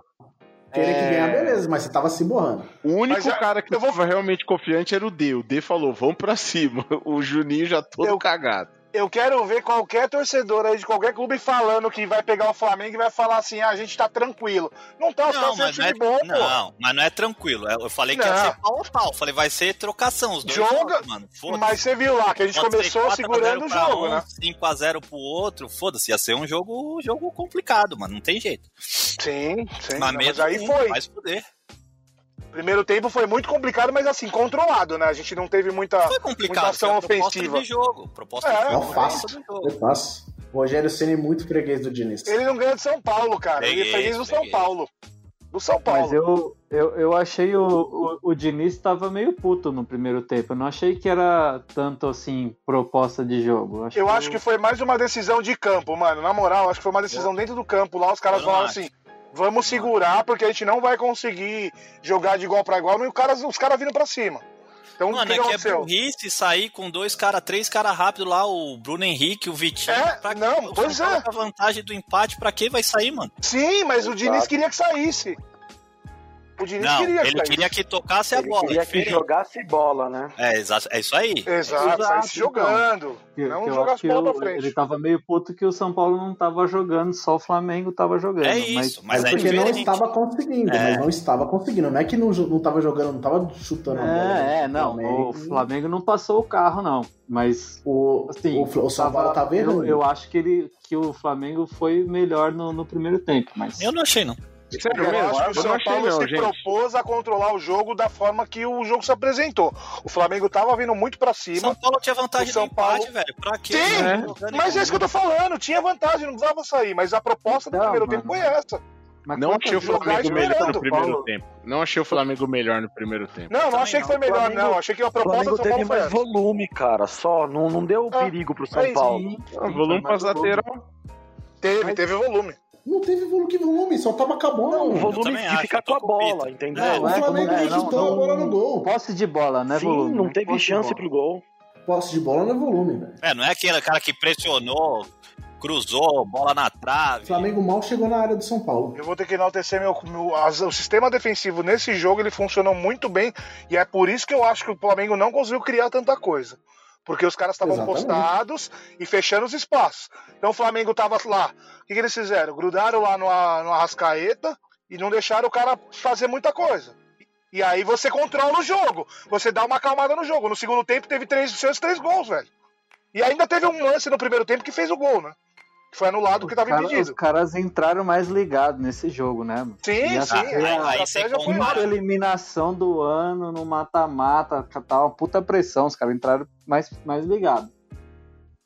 G: Querer que
E: É.
G: ganhar, beleza, mas você tava se borrando.
C: O único
L: Mas, ah,
C: cara que
L: eu vou-
C: tava realmente confiante era o D. O D falou, vamos pra cima. O Juninho já todo
L: Eu-
C: cagado.
L: Eu quero ver qualquer torcedor aí de qualquer clube falando que vai pegar o Flamengo e vai falar assim: ah, a gente tá tranquilo. Não tá, os
H: Não,
L: caras são um
H: mas não, é,
L: time bom, pô.
H: não, mas não é tranquilo. Eu falei que ia
L: Não.
H: ser pau a pau. Falei, vai ser trocação. Os dois
L: Joga,
H: jogos, mano. Foda-se.
L: Mas você viu lá que a gente
H: Pode ser
L: começou
H: 4 a 0
L: segurando o
H: pra
L: jogo,
H: um,
L: né?
H: 5 a 0 pro outro. Foda-se, ia ser um jogo, jogo complicado, mano. Não tem jeito.
L: Sim, sim.
H: um. mas
L: não,
H: mesmo
L: mas aí
H: assim,
L: foi.
H: vai se fuder.
L: Primeiro tempo foi muito complicado, mas assim, controlado, né? A gente não teve muita.
H: Foi complicado.
L: Muita ação
H: foi a proposta
L: ofensiva.
H: do jogo. Proposta
L: É,
H: do jogo.
G: é fácil.
H: proposta do jogo.
G: Eu faço. Rogério Ceni é muito freguês do Diniz.
E: é
L: Ele não ganha de São Paulo, cara. ele
H: Peguei,
L: é freguês do São
H: peguei.
L: Paulo. Do São
E: Mas
L: Paulo.
E: eu, eu, eu achei o, o, o Diniz tava meio puto no primeiro tempo. Eu não achei que era tanto assim proposta de jogo.
L: Eu acho que foi mais uma decisão de campo, mano. Na moral, acho que foi uma decisão dentro do campo lá. Os caras
H: Eu não
L: falaram
H: acho.
L: assim: vamos segurar, porque a gente não vai conseguir jogar de igual pra igual. E os caras, os caras vindo pra cima. Então, o
H: Mano,
L: que,
H: é
L: que
H: que é
L: aconteceu?
H: burrice sair com dois caras, três caras rápido lá, o Bruno Henrique, o Vitinho.
L: É,
H: pra-
L: não,
H: o
L: pois
H: São Paulo
L: é.
H: com A vantagem do empate, pra quem vai sair, mano?
L: Sim, mas o Diniz
B: Exato.
L: queria que saísse. O Diniz
H: Não,
L: queria
H: ele
L: sair.
H: queria que tocasse a
L: Ele
H: bola.
L: queria que
H: é diferente.
B: jogasse bola, né?
H: É, exato, é isso aí.
L: Exato, saísse jogando.
E: Que-
L: não
E: que eu
L: jogar
E: acho
L: as
E: que
L: bolas
E: o-
L: um pra frente.
E: Ele tava meio puto que o São Paulo não tava jogando, só o Flamengo tava jogando.
H: É isso, mas
E: é
H: é
G: porque não
H: diferente.
G: estava conseguindo,
E: É.
G: mas não estava conseguindo. Não é que não, jo- não estava jogando, não estava chutando a bola.
E: É, é, não. O Flamengo não passou o carro, não. Mas
G: o,
E: assim,
G: o Fla- o São Paulo tá tava
E: eu,
G: errando.
E: eu acho que, ele, que o Flamengo foi melhor no, no primeiro tempo, mas.
H: Eu não achei, não.
L: Eu acho que o São Paulo se propôs a controlar o jogo da forma que o jogo se apresentou. O Flamengo tava vindo muito pra cima. São
H: Paulo tinha vantagem
L: São
H: no empate, velho. Pra quê?
L: Sim, mas é isso que eu tô falando. Tinha vantagem, não precisava sair. Mas a proposta do primeiro tempo foi essa.
C: não achei o
L: jogar
C: Flamengo melhor
L: esperando,
C: no primeiro
L: Paulo.
C: tempo. Não achei o Flamengo melhor no primeiro tempo.
L: Não, não achei que foi melhor,
B: Flamengo-
L: não. Achei que a proposta
B: O
L: do
B: Flamengo
L: São Paulo
B: teve
L: foi
B: mais
L: essa.
B: volume, cara, só. Não, não deu perigo pro São
L: é isso.
B: Paulo.
L: Ah, volume
B: Mas
L: pras
B: o
L: lateral. Teve, teve volume.
G: Não teve volume que volume, só tava com a bola.
B: Não,
G: mano.
B: volume de ficar com a bola, entendeu?
G: o Flamengo
E: é,
G: não
E: não,
G: chutou a
E: não-
G: bola no gol.
E: Posse de bola, né,
G: Sim,
E: volume?
G: não teve
E: Posse de
G: chance
E: bola.
B: pro gol.
G: Posse de bola não é volume, velho.
H: É, não é aquele cara que pressionou, cruzou, bola na trave.
G: O Flamengo mal chegou na área do São Paulo.
L: Eu vou ter que enaltecer meu, meu- as- o sistema defensivo nesse jogo ele funcionou muito bem e é por isso que eu acho que o Flamengo não conseguiu criar tanta coisa. Porque os caras estavam
G: Exatamente.
L: postados e fechando os espaços. Então o Flamengo tava lá. O que, que eles fizeram? Grudaram lá no, a- no Arrascaeta e não deixaram o cara fazer muita coisa. E aí você controla o jogo. Você dá uma acalmada no jogo. No segundo tempo teve três chances, três gols, velho. E ainda teve um lance no primeiro tempo que fez o gol, né? Que foi anulado porque tava
E: Cara,
L: impedido.
E: os caras entraram mais ligados nesse jogo, né? mano?
L: Sim,
E: E
L: sim,
H: Ah,
E: até
L: aí-
E: a
L: aí você
H: é
E: quinta
L: compara.
E: eliminação do ano no mata-mata, tá uma puta pressão. Os caras entraram mais, mais ligados.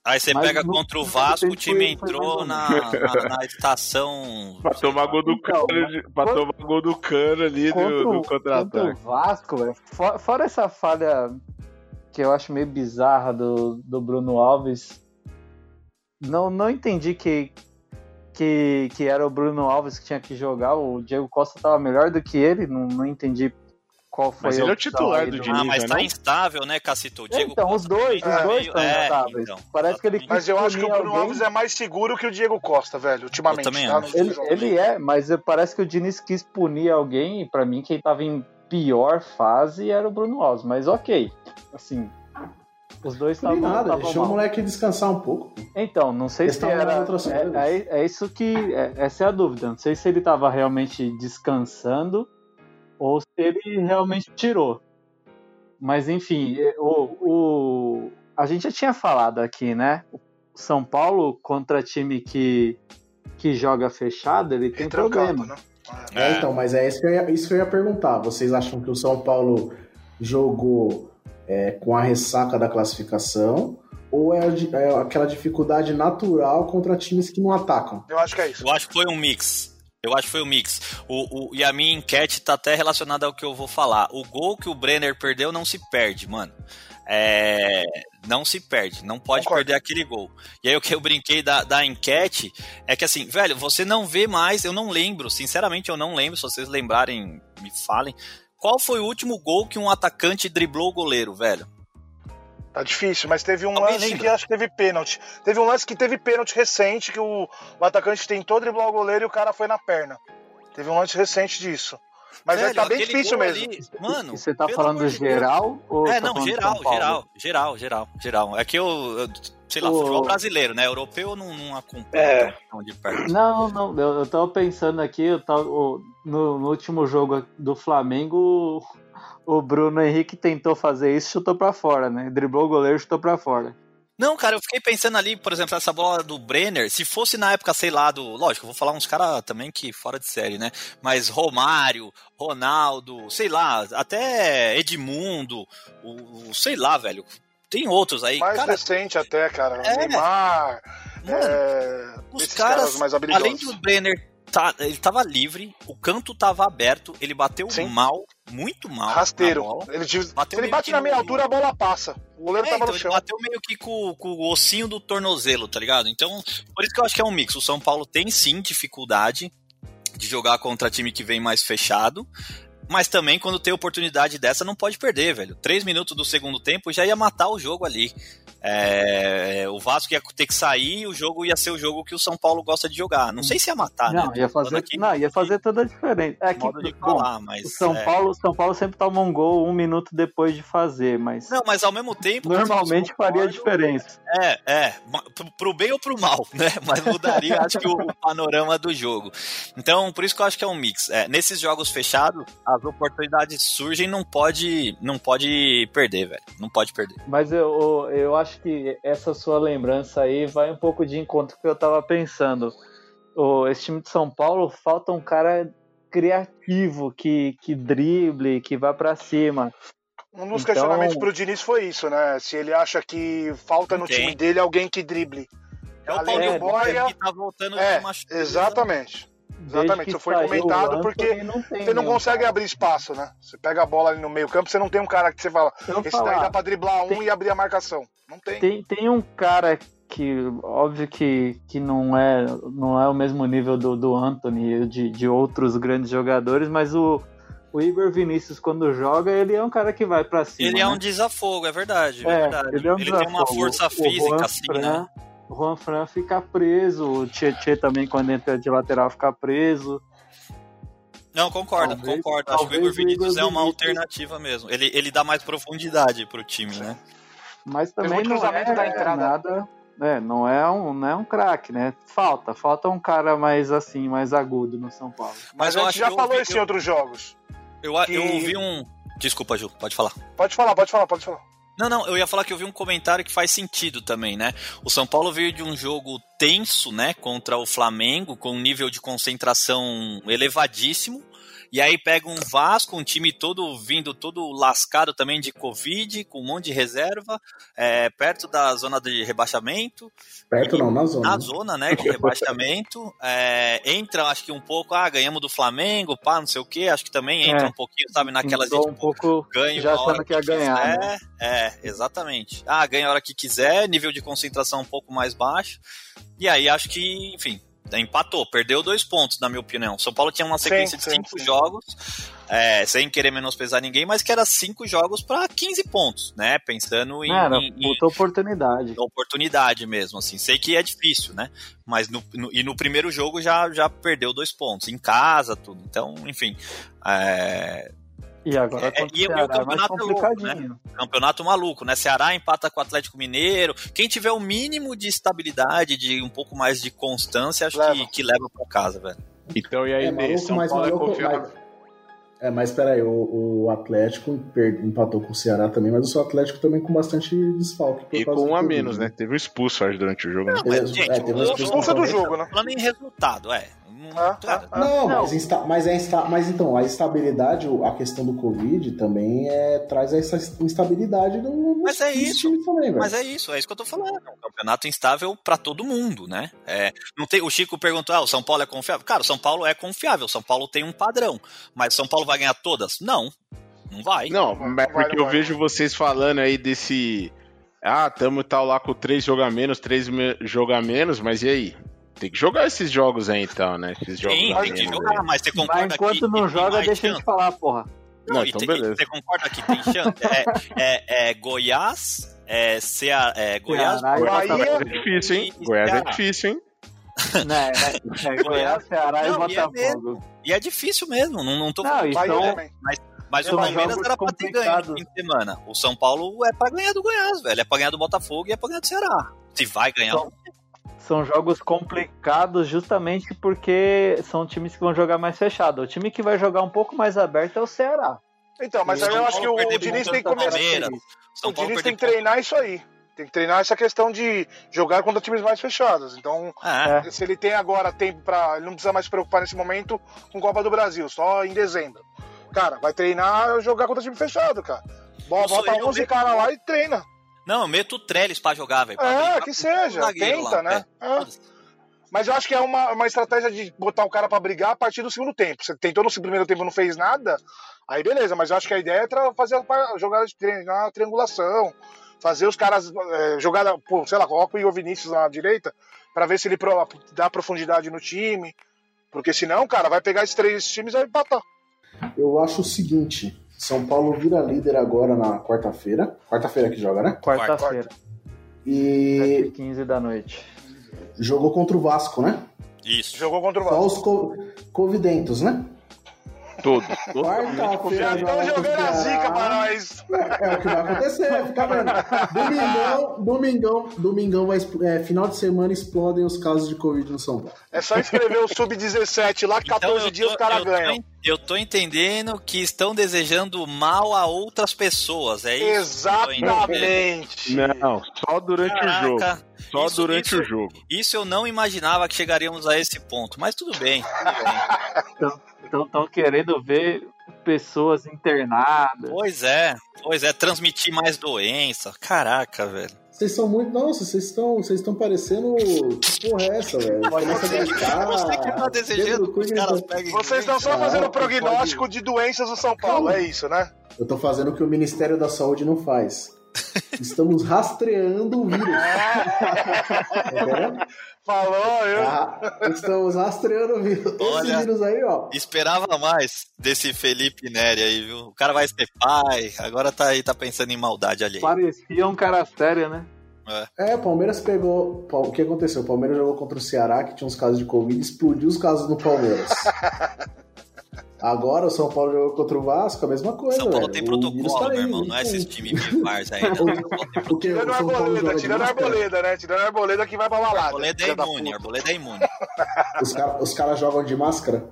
H: Aí você
E: Mas
H: pega
E: no-
H: contra o Vasco, o time
E: foi- foi
H: entrou na,
C: mais ou menos.
H: na, na estação.
C: Pra tomar gol do cano, de-
L: Então,
C: pra tomar gol do cano ali
E: Contra
C: do,
E: o-
C: do
E: Contra o
C: contra-ataque.
E: Vasco, velho. Fora, fora essa falha que eu acho meio bizarra do, do Bruno Alves, não, não entendi que, que, que era o Bruno Alves que tinha que jogar. O Diego Costa tava melhor do que ele, não, não entendi qual foi
C: Mas
E: a
C: ele é o
E: opção
C: titular
E: aí
C: do Diniz,
H: Ah, mas
C: né,
H: tá
C: não?
H: instável, né, Cacito? O Diego
E: Então, os dois, os
H: É,
E: dois estão
H: é,
E: instáveis.
H: então,
E: Parece que ele
L: Mas eu acho que o
E: punir
L: Bruno
E: alguém.
L: Alves é mais seguro que o Diego Costa, velho, ultimamente.
E: Eu também
L: tá?
E: acho. ele, ele é, mas eu- parece que o Diniz quis punir alguém, e pra mim quem tava em pior fase era o Bruno Alves, mas ok. Assim, os dois
G: Não
E: estavam
G: tem nada,
E: tavam
G: deixou o
E: mal.
G: moleque descansar um pouco.
E: Então, não sei
G: Eles
E: se
G: tavam
E: era,
G: nas outras coisas.
E: é, é- é isso que é- essa é a dúvida, não sei se ele tava realmente descansando ou se ele realmente tirou. Mas enfim, é, o, o- a gente já tinha falado aqui, né? O São Paulo contra time que que joga fechado, ele tem problema.
L: né?
G: É, então, mas é isso que, eu ia, isso que eu ia perguntar. Vocês acham que o São Paulo jogou é, com a ressaca da classificação? Ou é, a di- é aquela dificuldade natural contra times que não atacam?
L: Eu acho que é isso.
H: Eu acho que foi um mix. Eu acho que foi um mix. O, o- e a minha enquete tá até relacionada ao que eu vou falar. O gol que o Brenner perdeu não se perde, mano. É, não se perde, não pode perder aquele gol. E aí o que eu brinquei da, da enquete é que assim, velho, você não vê mais, eu não lembro, sinceramente eu não lembro, se vocês lembrarem, me falem. Qual foi o último gol que um atacante driblou o goleiro, velho?
L: Tá difícil, mas teve um
H: Alguém
L: lance
H: lembra?
L: que acho que teve pênalti. Teve um lance que teve pênalti recente, que o, o atacante tentou driblar o goleiro e o cara foi na perna. Teve um lance recente disso. Mas
H: Velho,
L: aí tá bem
H: aquele
L: difícil
H: gol
L: mesmo.
H: ali, mano,
E: E você tá
H: pelo
E: falando
H: amor de Deus.
E: geral ou tá
H: É, não,
E: falando
H: geral,
E: São Paulo?
H: geral, geral, geral, geral. É que eu, eu, sei lá,
E: O-
H: futebol brasileiro, né? Europeu eu não, não acompanho
B: É.
H: tão de perto.
E: Não, não, eu, eu tava pensando aqui, eu tava- o- no, no último jogo do Flamengo, o, o Bruno Henrique tentou fazer isso, chutou pra fora, né? Driblou o goleiro, chutou pra fora.
H: Não, cara, eu fiquei pensando ali, por exemplo, essa bola do Brenner, se fosse na época, sei lá, do. Lógico, eu vou falar uns caras também que fora de série, né? Mas Romário, Ronaldo, sei lá, até Edmundo, o, o- sei lá, velho. Tem outros aí,
L: Mais
H: cara.
L: recente até, cara.
H: É.
L: Neymar.
H: Mano,
L: é,
H: Os
L: esses
H: caras,
L: mais habilidosos.
H: além do Brenner, tá, ele tava livre, o canto tava aberto, ele bateu mal, muito mal. na
L: Rasteiro.
H: bola.
L: Ele, te- se
H: Bateu
L: ele
H: meio
L: bate
H: que
L: na
H: no-
L: meia altura, a bola passa. O goleiro
H: É,
L: tava
H: então
L: no
H: ele
L: chão.
H: bateu meio que com, com o ossinho do tornozelo, tá ligado? Então, por isso que eu acho que é um mix. O São Paulo tem sim dificuldade de jogar contra time que vem mais fechado. Mas também, quando tem oportunidade dessa, não pode perder, velho. Três minutos do segundo tempo já ia matar o jogo ali. É, o Vasco ia ter que sair e o jogo ia ser o jogo que o São Paulo gosta de jogar. Não sei se ia matar,
E: Hum. não,
H: né?
E: ia fazer,
H: aqui,
E: não, ia fazer toda a diferença. É que,
H: modo de
E: bom,
H: falar, mas,
E: o São
H: é.
E: Paulo, São Paulo sempre toma um gol um minuto depois de fazer, mas
H: Não, mas ao mesmo tempo.
E: normalmente faria a diferença.
H: É, é. ma- pro- Pro bem ou pro mal, né? Mas mudaria, acho que, o o panorama do jogo. Então, por isso que eu acho que é um mix. É, nesses jogos fechados, as oportunidades surgem não pode não pode perder, velho. Não pode perder.
E: Mas eu, eu- eu acho que essa sua lembrança aí vai um pouco de encontro com o que eu tava pensando. O, esse time de São Paulo falta um cara criativo, que, que drible, que vá pra cima.
L: Um dos
E: Então-
L: questionamentos pro Diniz foi isso, né? Se ele acha que falta no
E: Ok.
L: time dele alguém que drible.
H: É
L: Além do Boia.
H: que tá voltando
L: é, Exatamente. Exatamente,
E: que
L: isso foi
E: saiu
L: comentado
E: o
L: porque você não
E: nenhum
L: consegue abrir espaço, né? Você pega a bola ali no meio campo, você não tem um cara que você fala,
E: Eu
L: esse
E: falar,
L: daí dá pra driblar um e abrir a marcação. Não tem.
E: Tem, tem um cara que, óbvio que, que não, é, não é o mesmo nível do, do Anthony e de, de outros grandes jogadores, mas o, o Igor Vinícius, quando joga, ele é um cara que vai pra cima.
H: Ele é
E: né?
H: um desafogo, é verdade. É,
E: É,
H: verdade. Ele,
E: é um
H: tem uma
E: desafogo.
H: força
E: O
H: física,
E: Juan
H: assim,
E: Fran-
H: né?
E: O Juan Fran fica preso, o Tietchan também, quando entra de lateral, fica preso.
H: Não, concordo,
E: Talvez-
H: concordo. Acho que o
E: talvez
H: Igor
E: o Igor
H: Vinícius é uma
E: Vinícius-
H: alternativa mesmo. Ele, ele dá mais profundidade pro time, né?
E: Mas
L: Fez
E: também
L: muito
E: não
L: cruzamento
E: é
L: da entrada.
E: nada... É, não é um, não é um craque, né? Falta, falta um cara mais assim, mais agudo no São Paulo.
H: Mas, eu
L: a
H: acho
L: gente já
H: que eu
L: falou
H: ouvi-
L: isso em
H: eu-
L: outros jogos.
H: Eu, eu ouvi um. Desculpa, Ju, pode falar.
L: Pode falar, pode falar, pode falar.
H: Não, não, eu ia falar que eu vi um comentário que faz sentido também, né? O São Paulo veio de um jogo tenso, né, contra o Flamengo, com um nível de concentração elevadíssimo. E aí pega um Vasco, um time todo vindo, todo lascado também de Covid, com um monte de reserva, é, perto da zona de rebaixamento.
G: Perto não, na zona.
H: Na zona, né, de rebaixamento. É, entra, acho que um pouco, ah, ganhamos do Flamengo, pá, não sei o quê. Acho que também entra
E: É.
H: um pouquinho, sabe, naquelas de,
E: Então, um pouco
H: ganha
E: já
H: uma hora
E: achando que ia ganhar. né?
H: é, é, exatamente. Ah, ganha a hora que quiser, nível de concentração um pouco mais baixo. E aí acho que, enfim, empatou, perdeu dois pontos, na minha opinião. São Paulo tinha uma sequência
L: Sim,
H: de
L: sim,
H: cinco jogos, é, sem querer menosprezar ninguém, mas que era cinco jogos para 15 pontos, né? Pensando em,
E: Cara,
H: em- Então, em
E: puta oportunidade.
H: oportunidade mesmo, assim. Sei que é difícil, né? Mas no, no- e no primeiro jogo já, já perdeu dois pontos, em casa, tudo. Então, enfim. é,
E: E agora
H: é,
E: contra
H: e o
E: Ceará, mais
H: campeonato é louco,
E: complicadinho.
H: Campeonato maluco, né? Ceará empata com o Atlético Mineiro. Quem tiver o mínimo de estabilidade, de um pouco mais de constância, acho que, que leva pra casa, velho.
C: Então, e aí,
G: É,
C: Ney,
G: maluco,
C: São
G: mas
C: Paulo é
G: maluco,
C: confiável.
G: É, mas peraí, o, o Atlético per- empatou com o Ceará também, mas o seu Atlético também com bastante desfalque. por
C: E
G: causa
C: com
G: do
C: um a
G: Covid,
C: menos, né? Teve um expulso, acho, durante o jogo. né?
G: Teve- é, teve uma
L: Expulsa do jogo, né?
H: Falando em resultado, é. Não- cara,
G: Não, Ah, Mas, insta- mas, é insta- mas então, a instabilidade, o- a questão do Covid também é, traz essa instabilidade do, do
H: Mas é isso.
G: time também, velho.
H: Mas é isso, é isso que eu tô falando. É um campeonato instável pra todo mundo, né? É, não tem, o Chico perguntou: ah, o São Paulo é confiável? Cara, o São Paulo é confiável, o São Paulo tem um padrão. Mas o São Paulo vai ganhar todas? Não. Não vai.
C: Não, mas porque eu vejo vocês falando aí desse. Ah, tamo e tal lá com três joga menos, três me- joga menos, mas e aí? Tem que jogar esses jogos aí então, né? Esses jogos
H: Sim,
C: a
H: tem que
C: menos
H: jogar,
C: aí.
H: mas você
E: Mas
H: concorda
E: enquanto
H: que
E: não joga,
H: mais
E: deixa a gente falar, porra.
C: Não,
H: e
C: então
H: tem-
C: beleza.
H: Você concorda que tem chance? É, é- é Goiás, é, Cea, é Goiás,
E: Caralho,
H: Goiás,
L: Bahia.
C: Goiás é difícil, hein?
H: e
C: Goiás é
H: Ceará.
C: difícil, hein?
E: né? É, é Goiás, Ceará e
H: Não, e é
E: Botafogo.
H: E é difícil mesmo, não, não tô
E: Não, e
L: Bahia né,
E: são-
L: também.
H: Mas o
E: são
H: Palmeiras
E: jogos
H: era pra ter ganho no fim de semana. O São Paulo é pra ganhar do Goiás, velho. É pra ganhar do Botafogo e é pra ganhar do Ceará. Se vai ganhar.
E: São- São jogos complicados justamente porque são times que vão jogar mais fechado. O time que vai jogar um pouco mais aberto é o Ceará.
L: Então, mas
H: O
L: aí
H: São
L: eu acho que
H: Paulo
L: o
H: perdeu
L: Diniz
H: ponto
L: tem que
H: pro
L: começar.
H: Palmeiras. São
L: O
H: Paulo
L: Diniz
H: perdeu
L: tem que treinar isso aí. Tem que treinar essa questão de jogar contra times mais fechados. Então,
H: Ah,
E: É.
L: se ele tem agora tempo pra. Ele não precisa mais se preocupar nesse momento com Copa do Brasil, só em dezembro. Cara, vai treinar jogar contra time fechado, cara. Bo-
H: Eu sou
L: Bota
H: eu
L: 11
H: mesmo.
L: caras lá e treina.
H: Não, eu meto o Trellis pra jogar, velho. pra brincar
L: É,
H: com
L: que
H: o
L: seja.
H: zagueiro
L: Tenta,
H: lá,
L: né? É. Mas eu acho que é uma, uma estratégia de botar o cara pra brigar a partir do segundo tempo. Você tentou no primeiro tempo e não fez nada, aí beleza, mas eu acho que a ideia é tra- fazer a par- jogada de treino, na triangulação, fazer os caras é, jogada, pô, sei lá, coloca o Igor Vinícius lá na direita pra ver se ele pro- dá profundidade no time. Porque senão, cara, vai pegar esses três times e vai empatar. é-
G: Eu acho o seguinte: São Paulo vira líder agora na quarta-feira. Quarta-feira que joga, né?
E: Quarta-feira.
G: E
E: 15 da noite.
L: É.
G: jogou contra o Vasco, né?
H: Isso.
L: Jogou contra o
G: Só os co covidentos, né?
C: Todo.
G: Quarta-feira.
L: Estão jogando a zica pra nós.
G: É o que vai acontecer, fica vendo. Domingão, domingão, domingão vai. expl- é, final de semana explodem os casos de Covid no São Paulo.
L: É só escrever o sub-17 lá, 14
H: eu
L: dias
H: tô-
L: os caras
H: Então, eu tô
L: ganham.
H: en- Eu tô entendendo que estão desejando mal a outras pessoas, é isso? que eu tô entendendo.
C: Não, só durante
H: Caraca,
C: o jogo. Só
H: isso-
C: durante
H: isso-
C: o jogo.
H: Isso eu não imaginava que chegaríamos a esse ponto, mas tudo bem. tudo bem.
E: Então estão querendo ver pessoas internadas.
H: Pois é, pois é, transmitir mais doença. Caraca, velho.
G: Vocês são muito. Nossa, vocês estão. Vocês estão parecendo. Que porra é essa, velho? Começa a gritar.
H: Você que tá desejando que os
G: então.
H: caras peguem.
L: Vocês estão só
G: Não,
L: fazendo
G: pode-
L: prognóstico de doenças do São Paulo, é isso, né?
G: Eu tô fazendo o que o Ministério da Saúde não faz. Estamos rastreando o vírus. Entendeu?
L: Falou, eu.
G: Ah, estamos rastreando o vírus. Esse
H: Olha.
G: vírus aí, ó.
H: Esperava mais desse Felipe Neri aí, viu? O cara vai ser pai, agora tá aí, tá pensando em maldade ali.
E: Parecia um cara sério, né?
G: É, o Palmeiras pegou. Pal- O que aconteceu? O Palmeiras jogou contra o Ceará, que tinha uns casos de Covid, explodiu os casos no Palmeiras. Agora o São Paulo jogou contra o Vasco, a mesma coisa.
H: São Paulo
G: velho.
H: tem
G: O vírus
H: protocolo,
G: tá aí,
H: meu irmão. Não é
G: tem.
H: esses times de Vars aí, não. São Paulo tem
G: O que?
L: Tirando
G: O São Paulo joga
L: arboleda,
G: de
L: tirando
G: máscara?
L: arboleda, né? Tirando arboleda que vai pra balada.
H: Arboleda é
L: filha da
H: imune,
L: puta.
H: Arboleda é imune.
G: Os caras os caras jogam de máscara?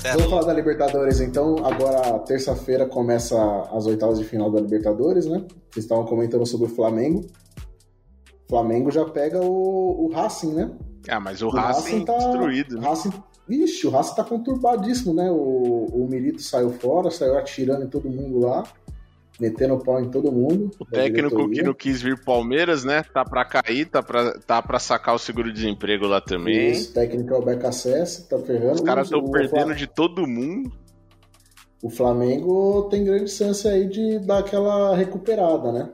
H: Cê é
G: Vamos
H: louco.
G: falar da Libertadores, então. Agora, terça-feira, começa as oitavas de final da Libertadores, né? Vocês estavam comentando sobre o Flamengo. O Flamengo já pega o, o Racing, né?
C: Ah, mas o, Racing,
G: tá
C: destruído, né?
G: Racing... Ixi, o Racing tá conturbadíssimo, né? O, o Milito saiu fora, saiu atirando em todo mundo lá, metendo pau em todo mundo.
C: O técnico que não quis vir Palmeiras, né? Tá pra cair, tá pra, tá pra sacar o seguro-desemprego lá também.
G: Isso, o técnico é o BKSS, tá ferrando.
C: Os caras
G: O-
C: estão
G: o
C: perdendo
G: Fla-
C: de todo mundo.
G: O Flamengo tem grande chance aí de dar aquela recuperada, né?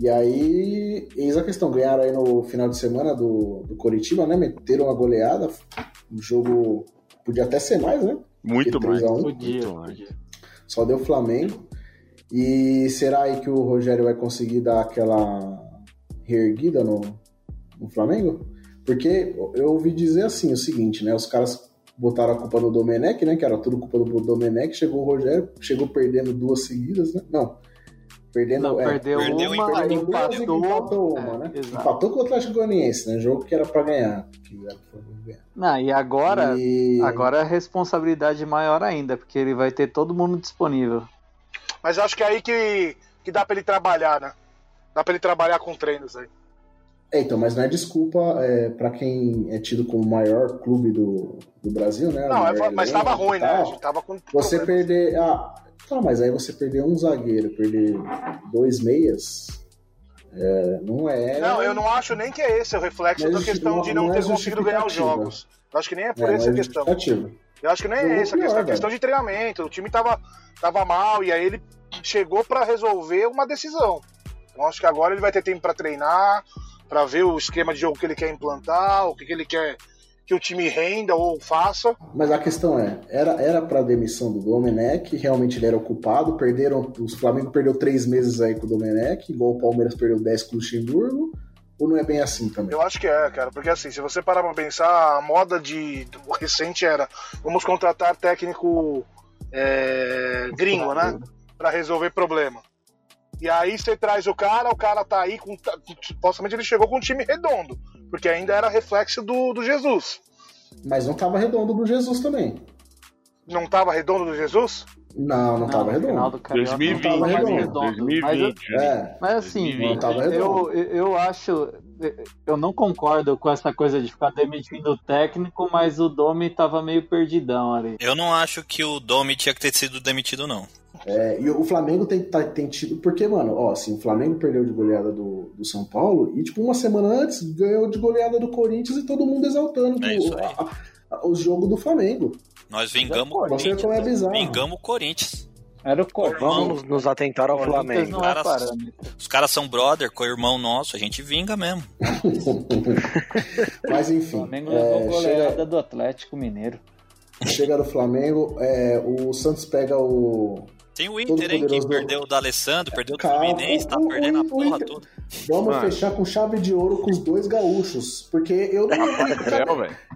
G: E aí, eis a questão, ganharam aí no final de semana do, do Coritiba, né? Meteram uma goleada, um jogo podia até ser mais, né?
C: Muito
G: Porque
C: mais.
G: 3 a 1.
E: Podia.
C: Muito mais.
G: Só deu Flamengo. E será aí que o Rogério vai conseguir dar aquela reerguida no, no Flamengo? Porque eu ouvi dizer assim o seguinte, né? Os caras botaram a culpa no Domenech, né? Que era tudo culpa do Domenech. Chegou o Rogério, chegou perdendo duas seguidas, né? Não. Perdendo,
E: Não,
G: é,
E: perdeu,
H: perdeu
E: uma,
H: e
G: perdeu duas e
E: empatou.
G: empatou uma,
E: É,
G: né?
E: exato.
G: Empatou com o Atlético Goianiense, né? Jogo que era pra ganhar. Que era pra ganhar.
E: Não, e agora,
G: E-
E: agora a responsabilidade maior ainda, porque ele vai ter todo mundo disponível.
L: Mas eu acho que é aí que, que dá pra ele trabalhar, né? Dá pra ele trabalhar com treinos aí.
G: É, então, mas não é desculpa é, para quem é tido como o maior clube do, do Brasil, né? O
L: Não,
G: maior
L: é- mas
G: elenco
L: tava
G: e
L: ruim, né?
G: tal.
L: A gente tava com.
G: Você
L: problema.
G: perder. Ah, tá, mas aí você perder um zagueiro, perder dois meias, é, não é.
L: Não, eu não acho nem que é esse o reflexo
G: Mas
L: da
G: justi-
L: questão de não,
G: não é
L: ter conseguido ganhar os
G: justificativa.
L: jogos. Eu acho que nem é
G: não
L: por essa
G: é
L: questão.
G: justificativa.
L: Eu acho que nem
G: Jogou
L: é essa a
G: pior, né?
L: questão, é
G: velho.
L: questão de treinamento. O time tava, tava mal e aí ele chegou pra resolver uma decisão. Então acho que agora ele vai ter tempo pra treinar, pra ver o esquema de jogo que ele quer implantar, o que, que ele quer que o time renda ou faça.
G: Mas a questão é, era era para demissão do Domenech, realmente ele era ocupado, perderam, o Flamengo perdeu três meses aí com o Domenech, igual o Palmeiras perdeu 10 com o Luxemburgo, ou não é bem assim também?
L: Eu acho que é, cara, porque assim, se você parar pra pensar, a moda de do recente era vamos contratar técnico é, gringo, né? Pra resolver problema. E aí você traz o cara, o cara tá aí com. tá- Supostamente ele chegou com um time redondo, porque ainda era reflexo do, do Jesus.
G: Mas não tava redondo do Jesus também.
L: Não tava redondo do Jesus?
G: Não, não, tava
E: no final
G: redondo.
E: do Carioca não
C: 2020,
E: tava mais
G: né?
E: redondo. Mas eu-
C: 2020.
G: É,
E: Mas assim,
C: 2020.
G: Não tava
E: eu,
G: redondo.
E: eu- eu acho. Eu não concordo com essa coisa de ficar demitindo o técnico, mas o Domi tava meio perdidão ali.
H: Eu não acho que o Domi tinha que ter sido demitido, não.
G: É, e o Flamengo tem, tá- tem tido. Porque, mano, ó, assim, o Flamengo perdeu de goleada do, do São Paulo e, tipo, uma semana antes ganhou de goleada do Corinthians e todo mundo exaltando
H: É
G: o-
H: isso aí.
G: a- a- os jogos do Flamengo.
H: Nós vingamos o
G: Pô, você vê como é
H: Corinthians.
G: bizarro.
H: Vingamos o Corinthians.
E: Era o Corinthians.
B: Vamos nos atentar ao
E: Corinthians
B: Flamengo.
E: não é
H: Flamengo.
E: parâmetro.
H: Os caras são brother, co-irmão nosso, a gente vinga mesmo.
G: Mas
E: O
G: enfim.
E: Flamengo
G: é,
E: levou goleada
G: chega-
E: do Atlético Mineiro.
G: chega no Flamengo, é, o Santos pega o.
H: Tem o Inter, hein? Que perdeu o da Alessandro, perdeu o Fluminense, tá perdendo a porra toda.
G: Vamos fechar com chave de ouro com os dois gaúchos. Porque eu não.
E: É.
C: é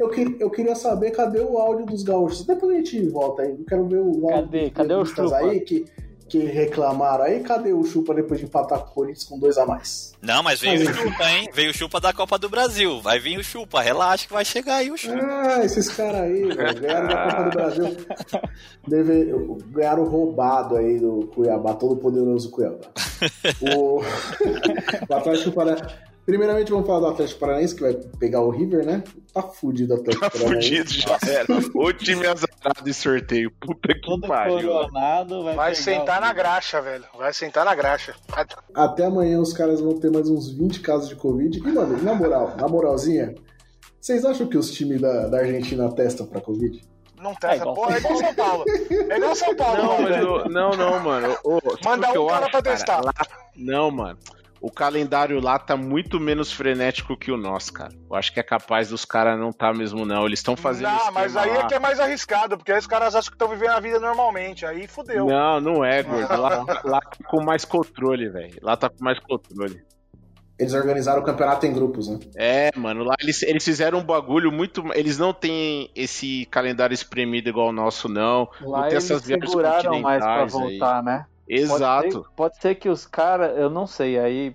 G: eu, que- eu queria saber cadê o áudio dos gaúchos. Depois a gente volta aí. Eu quero ver o áudio
E: Cadê?
G: dos
E: Cadê o
G: gremistas
E: Chupa?
G: aí que, que reclamaram aí. Cadê o Chupa depois de empatar com o Corinthians com dois a mais?
H: Não, mas veio
G: Mas
H: o Chupa, hein? Veio o Chupa da Copa do Brasil. Vai vir o Chupa, relaxa que vai chegar aí o Chupa.
G: Ah, esses caras aí, velho, ganharam da Copa do Brasil. Deve, ganharam roubado aí do Cuiabá, todo poderoso Cuiabá. O, o Atlético Paranaense. Primeiramente, vamos falar do Atlético Paranaense, que vai pegar o River, né? Tá fudido o Atlético
C: Tá
G: Paranaense.
C: fudido, já era. O time azarado e sorteio. Puta que pariu.
L: vai sentar na graxa, velho. Vai sentar na graxa. Vai-
G: Até amanhã os caras vão ter mais uns 20 casos de Covid. E, mano, na moral, na moralzinha, vocês acham que os times da, da Argentina testam pra Covid?
L: Não tem essa porra, é igual São Paulo. É igual São Paulo,
C: Não, mas
L: velho.
C: o- não, não, mano. Ô, sabe
L: Manda
C: o que
L: um
C: eu
L: cara
C: acho,
L: pra testar.
C: Lá- não, mano. O calendário lá tá muito menos frenético que o nosso, cara. Eu acho que é capaz dos caras não tá mesmo, não. Eles estão fazendo
L: Não,
C: esquema
L: mas aí é
C: lá.
L: que é mais arriscado, porque aí os caras acham que estão vivendo a vida normalmente. Aí fudeu.
C: Não, não é, gordo. Lá, lá tá com mais controle, velho. Lá tá com mais controle.
G: Eles organizaram o campeonato em grupos, né?
C: É, mano, lá eles, eles fizeram um bagulho muito. Eles não têm esse calendário espremido igual o nosso, não.
E: Lá
C: não tem
E: eles
C: essas viagens
E: seguraram mais pra
C: continentais aí.
E: voltar, né?
C: Exato.
E: Pode ser, pode ser que os caras, eu não sei, aí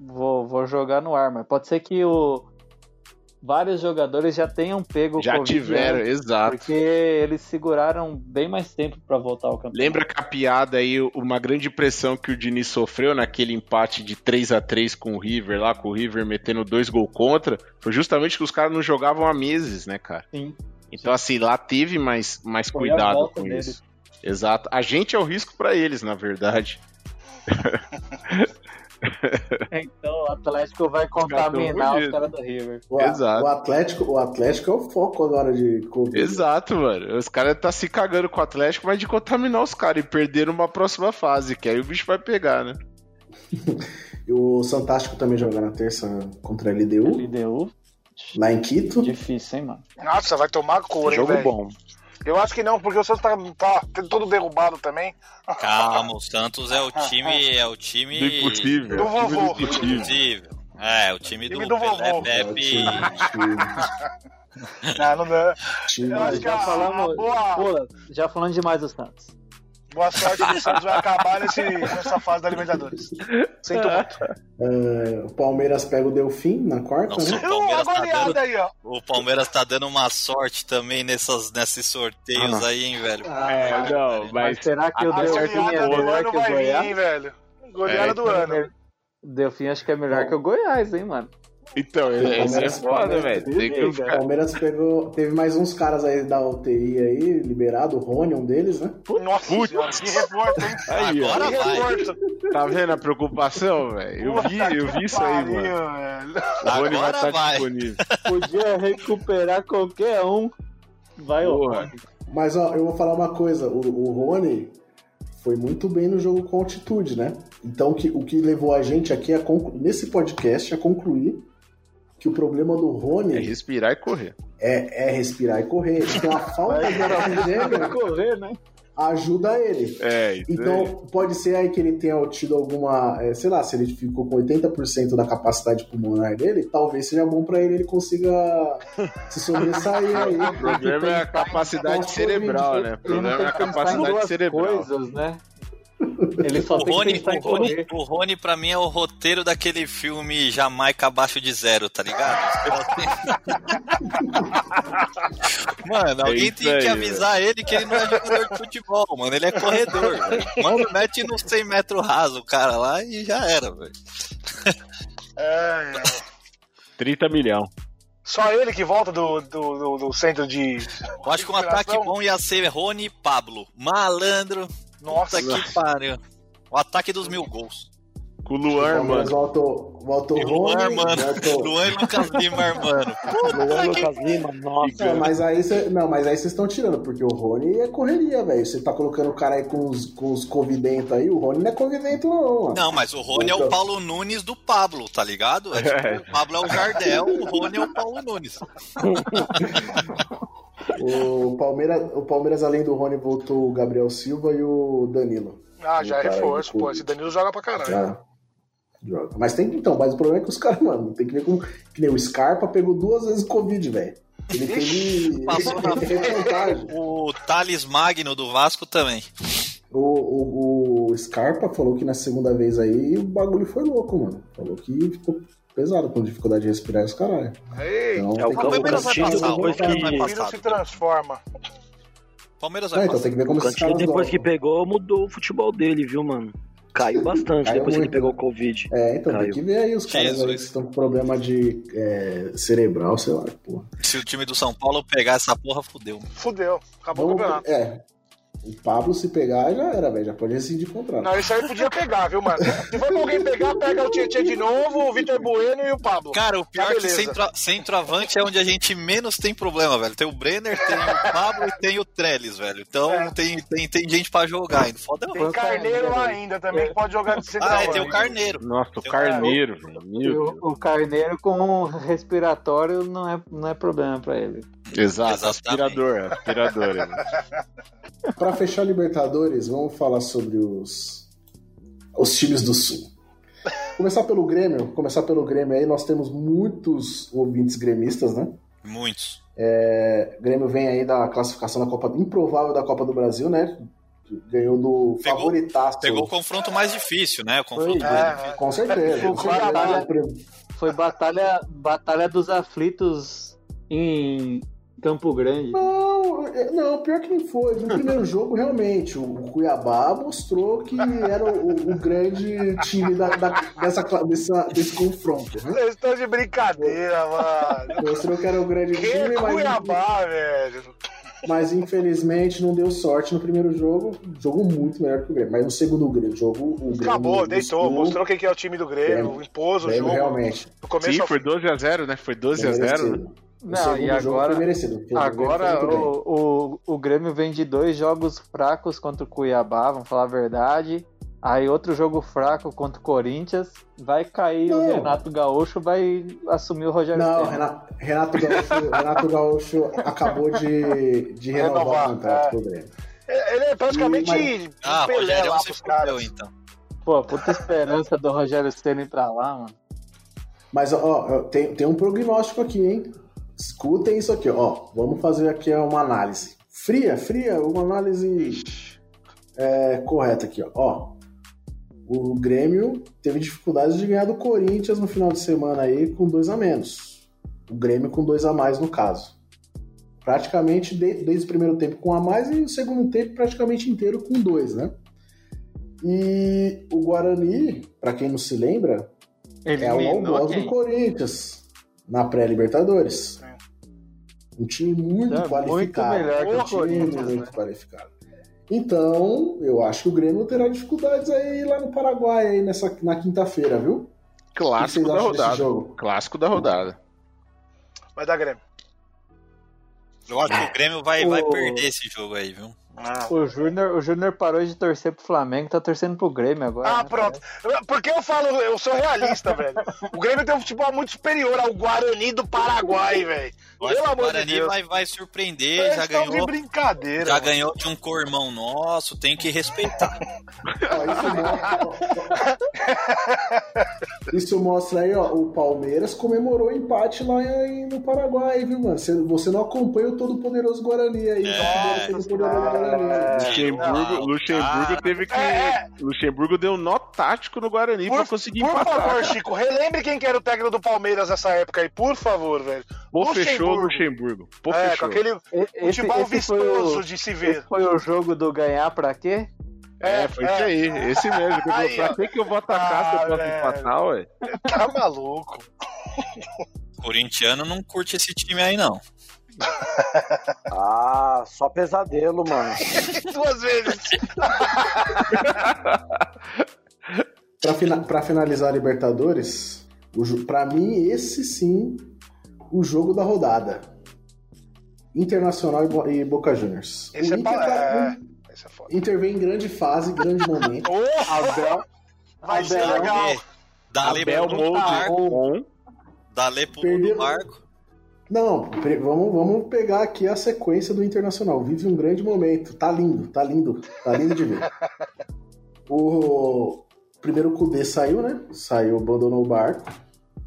E: vou, vou jogar no ar, mas pode ser que o, vários jogadores já tenham pego
C: Já
E: Covid né?
C: tiveram,
E: antes,
C: exato.
E: Porque eles seguraram bem mais tempo pra voltar ao campeonato.
C: Lembra que a piada aí, uma grande pressão que o Diniz sofreu naquele empate de 3 a 3 com o River lá, com o River metendo dois gols contra, foi justamente que os caras não jogavam há meses, né, cara?
E: Sim.
C: Então, assim, lá teve mais, mais
E: Foi a
C: cuidado
E: volta
C: com
E: deles.
C: isso. Exato. A gente é o risco pra eles, na verdade.
E: Então o Atlético vai contaminar os caras do River.
G: O,
C: Exato.
G: o Atlético, o Atlético é o foco agora de Covid.
C: Exato, mano. Os caras tá se cagando com o Atlético, mas de contaminar os caras e perderam uma próxima fase, que aí o bicho vai pegar, né?
G: E o Santástico também joga na terça contra a LDU,
E: LDU,
G: lá em Quito.
E: difícil, hein, mano?
L: Nossa, vai tomar cor, hein, velho. Eu acho que não, porque o Santos tá, tá todo derrubado também.
H: Calma, o Santos é o time. É o time.
C: Do impossível.
L: Do vovô.
H: Do impossível. É, o time,
L: Time
H: do,
L: do
H: Pelé,
L: vovô.
G: É
L: É,
H: Pepe.
L: Ah, Não, não dá.
G: Time-
L: Eu acho que é
E: Já
L: a,
E: falamos,
L: a boa,
E: pô, já falando demais do Santos.
L: boa sorte do Santos vai acabar nesse, nessa fase da Libertadores. Sinto muito.
G: É, o Palmeiras pega o Delfim na quarta,
H: Nossa,
G: né?
H: o
L: Uma
H: Palmeiras tá dando.
L: goleada aí, ó.
H: O Palmeiras tá dando uma sorte também nessas, nesses sorteios aí, hein, velho?
C: É, não,
E: Mas será que o
L: A
E: Delfim é
L: goleada
C: né?
L: do
E: melhor
L: ano
E: que o
L: vai vir,
E: Goiás?
L: hein, velho. Goleada
C: É,
L: do ano.
E: O Delfim acho que é melhor que o Goiás, hein, mano?
C: Então, é,
G: Palmeiras-
C: isso é foda,
G: Palmeiras-
C: velho. Tem que
E: Palmeiras-
G: O
C: ficar.
G: Palmeiras pegou, teve mais uns caras aí da UTI aí, liberado, o Rony, é um deles, né?
L: Nossa
C: Putz.
L: senhora, que reporte, hein?
C: Aí, ó.
H: Agora
L: Que
H: vai.
L: reporte.
C: Tá vendo a preocupação, velho? Eu vi, eu vi isso aí,
L: Pariu,
C: mano.
L: velho.
C: O Rony vai
H: Agora
C: estar
H: vai.
C: disponível.
E: Podia recuperar qualquer um. Vai, ó.
C: Porra.
G: Mas ó, eu vou falar uma coisa, o, o Rony foi muito bem no jogo com altitude, né? Então o que, o que levou a gente aqui a conclu- nesse podcast a concluir que o problema do Rony
C: É respirar e correr.
G: é, é respirar e correr. Então a falta de
E: Vai
G: oxigênio
E: correr, né?
G: ajuda ele.
C: É, isso aí.
G: Então, pode ser aí que ele tenha tido alguma. eh, sei lá, se ele ficou com 80% da capacidade pulmonar dele, talvez seja bom pra ele, ele consiga se sobressair aí. Então,
C: O problema é a capacidade cerebral, né? O
E: Ele não
C: problema
E: tem
C: é a
E: que pensar em
C: capacidade
E: duas
C: cerebral.
E: coisas, né? Ele só
H: O
E: tem que
H: Rony,
E: pensar em
H: o, Rony,
E: correr.
H: o Rony, pra mim, é o roteiro daquele filme Jamaica Abaixo de Zero, tá ligado? mano,
C: É
H: alguém
C: isso
H: tem que
C: aí,
H: avisar ele que ele não é jogador de futebol, mano. Ele é corredor. velho. mano, mete no 100 metros raso o cara lá e já era, velho.
L: É, é.
C: 30 milhão.
L: Só ele que volta do, do, do- do centro de.
H: Eu acho que um ataque bom ia ser Rony e Pablo. Malandro.
L: Nossa,
H: Puta que pariu. O ataque dos mil gols.
C: Com o Luan,
G: Palmeiras
C: mano.
G: voltou, voltou
H: E
G: Rony, né,
H: Luan, mano.
G: voltou-
H: Luan e Lucas Lima, mano.
B: Luan Lucas Lima, nossa.
G: Não, mas aí cê- não, mas aí vocês estão tirando, porque o Rony é correria, velho. Você tá colocando o cara aí com os, com os convidentos aí, o Rony não é convidento, não, mano.
H: Não, mas o Rony é
L: Então-
H: o Paulo Nunes do Pablo, tá ligado? É tipo, o Pablo é o Jardel, o Rony é o Paulo Nunes.
G: O Palmeiras, o Palmeiras, além do Rony, voltou o Gabriel Silva e o Danilo.
L: Ah, já é
G: O cara aí do
L: reforço, pô.
G: Corinthians.
L: Esse Danilo joga pra caralho.
G: Já. Droga. Mas tem então, mas o problema é que os caras, mano, tem que ver como. Que nem o Scarpa pegou duas vezes Covid, velho. Ele teve.
H: Passou na frente. O Thales Magno do Vasco também.
G: O, o, o Scarpa falou que na segunda vez aí o bagulho foi louco, mano. Falou que ficou pesado com dificuldade de respirar e os caralho. Então,
H: É, o
G: tem que ver
H: Palmeiras vai
G: como os times
H: passar,
G: vão
H: o Palmeiras vai
G: voltar.
H: passar.
L: Se transforma.
H: Palmeiras
L: É,
G: vai Ah, então passar. tem que ver como
B: o
G: esses
B: Cantilho,
G: caras
B: depois
G: jogam.
B: que pegou, mudou o futebol dele, viu, mano? Caiu bastante
G: Caiu
B: depois que ele
G: muito.
B: pegou o Covid.
G: É, então
B: Caiu.
G: tem que ver aí os caras aí que estão com problema de é, cerebral, sei lá, porra.
H: Se o time do São Paulo pegar essa porra, fudeu.
L: Fudeu. Acabou o
G: Vamos-
L: campeonato.
G: É. O Pablo se pegar já era, velho. Já pode rescindir contrato.
L: Não, isso aí podia pegar, viu, mano? Se for pra alguém pegar, pega o Tietchan de novo, o Vitor Bueno e o Pablo.
H: Cara, o pior
L: Tá
H: é que
L: beleza.
H: centro, centroavante é onde a gente menos tem problema, velho. Tem o Brenner, tem o Pablo e tem o Trellis, velho. Então tem, tem, tem gente pra jogar ainda. Foda
L: É.
H: é
L: Tem Carneiro lá ainda também, que pode jogar de
H: Ah,
L: central.
H: é, tem o Carneiro.
C: Nossa, o
E: Carneiro,
C: velho.
E: O, o Carneiro com um respiratório não é, não é problema pra ele.
C: Exato, aspirador, aspirador. é.
G: Pra fechar a Libertadores, vamos falar sobre os os times do Sul. Começar pelo Grêmio, começar pelo Grêmio aí, nós temos muitos ouvintes gremistas, né?
H: Muitos.
G: É, Grêmio vem aí da classificação da Copa improvável da Copa do Brasil, né? Ganhou do favoritaço.
H: Pegou o confronto mais difícil, né? O
L: um
H: confronto mais difícil.
G: É, com certeza.
E: Foi
G: com certeza.
E: batalha, foi batalha, batalha dos aflitos em Campo Grande.
G: Não, é- não, pior que não foi. No primeiro jogo, realmente, o Cuiabá mostrou que era o, o grande time da- da- dessa, cla- dessa- desse confronto. né?
L: Vocês estão de
G: É.
L: brincadeira, mano.
G: Mostrou que era o grande time,
L: Que
G: mas,
L: Cuiabá, velho.
G: mas infelizmente não deu sorte no primeiro jogo. Jogo muito melhor que o Grêmio. Mas no segundo gr- jogo, o Grêmio.
L: Acabou, deitou, mostrou quem que é o time do Grêmio,
G: Grêmio.
L: impôs o
G: Grêmio,
L: jogo.
G: realmente.
L: Do começo é
C: Sim,
L: ao
C: foi 12 a 0 né? Foi 12 a 0 né?
G: O
E: Não, e
G: segundo jogo
E: agora-
G: foi merecido. porque o Grêmio
E: Agora
G: foi muito bem.
E: o, o, o Grêmio vem de dois jogos fracos contra o Cuiabá, vamos falar a verdade. Aí outro jogo fraco contra o Corinthians. Vai cair o
G: Não.
E: Renato Gaúcho, vai assumir o Rogério
G: Não,
E: Ceni.
G: Renato, Renato, Gaúcho, Renato Gaúcho acabou de, de renovar,
E: Renovar,
G: o contrato
E: é.
G: pro Grêmio.
L: Ele é praticamente
G: Mas-
L: um
H: Ah,
L: Pelé
H: Rogério,
L: lá
H: você
L: pros
H: fudeu,
L: caras.
H: então.
E: Pô, puta esperança do Rogério Ceni pra lá, mano.
G: Mas, ó, eu- tem, tem um prognóstico aqui, hein? Escutem isso aqui, ó. Vamos fazer aqui uma análise. Fria, fria, uma análise é, correta aqui, ó. ó. O Grêmio teve dificuldades de ganhar do Corinthians no final de semana aí com dois a menos. O Grêmio com dois a mais, no caso. Praticamente de- desde o primeiro tempo com um a mais e o segundo tempo praticamente inteiro com dois, né? E o Guarani, pra quem não se lembra, é o
E: Eliminou
G: algoz
E: quem?
G: do Corinthians na pré-Libertadores. Um time muito
E: É, muito
G: qualificado.
E: melhor que o
G: um time
E: Corinthians,
G: muito
E: né?
G: qualificado. Então, eu acho que o Grêmio terá dificuldades aí lá no Paraguai aí nessa, na quinta-feira, viu?
C: Clássico
G: O que vocês
C: da
G: acham desse
C: rodada.
G: jogo?
C: Clássico da rodada.
L: Vai dar Grêmio.
H: Eu acho que o Grêmio vai, vai
E: O-
H: perder esse jogo aí, viu?
E: O Júnior o Júnior parou de torcer pro Flamengo, tá torcendo pro Grêmio agora.
L: Ah,
E: né?
L: pronto. Porque eu falo, eu sou realista, velho. O Grêmio tem um futebol muito superior ao Guarani do Paraguai, velho.
H: Eu
L: Pelo
H: acho que o
L: amor de
H: Guarani
L: Deus.
H: vai, vai surpreender,
L: Eles
H: já
L: estão de
H: ganhou.
L: brincadeira.
H: Já
L: mano.
H: ganhou de um cormão nosso, tem que respeitar.
G: Isso mostra aí, ó, o Palmeiras comemorou o empate lá em- no Paraguai, viu, mano? Você, você não acompanha o todo-poderoso Guarani aí.
H: É.
G: o Todo-Poderoso Guarani.
C: É. Luxemburgo, Luxemburgo teve que. Luxemburgo deu um nó tático no Guarani pra conseguir
L: é, Por
C: empatar.
L: favor, Chico, relembre quem que era o técnico do Palmeiras nessa época aí, por favor, velho.
C: Pô, fechou o
L: Luxemburgo.
C: Luxemburgo. Pô,
L: É, com
C: fechou.
L: aquele
E: E- esse-
L: futebol
E: esse foi o-
L: vistoso de se ver.
E: Esse foi o jogo do ganhar pra quê?
C: É, foi isso aí. Esse mesmo. Que eu
L: Aí,
C: vou, pra
L: ó.
C: que, que eu vou atacar se eu
L: Ah,
C: posso
L: velho.
C: empatar, ué?
L: Tá maluco.
H: Corintiano não curte esse time aí, não.
B: Ah, só pesadelo, mano.
L: Duas vezes.
G: Pra, fina- pra finalizar a Libertadores, o jo- pra mim, esse sim, o jogo da rodada. Internacional e, Bo- e Boca Juniors.
L: Esse
G: o
L: é
G: Inter,
L: pa- é.
G: tá- o Inter vem em grande fase, grande momento.
E: Abel.
L: Vai ser
E: Abel.
L: legal.
H: Dale
C: Abel
H: pro
C: Mold
L: Um.
H: barco.
C: on.
H: Dale pro
G: Perdeu-
H: barco.
G: Não, pre- vamos, vamos pegar aqui a sequência do Internacional. Vive um grande momento. Tá lindo, tá lindo, tá lindo de ver. O primeiro Kudê saiu, né? Saiu, abandonou o barco.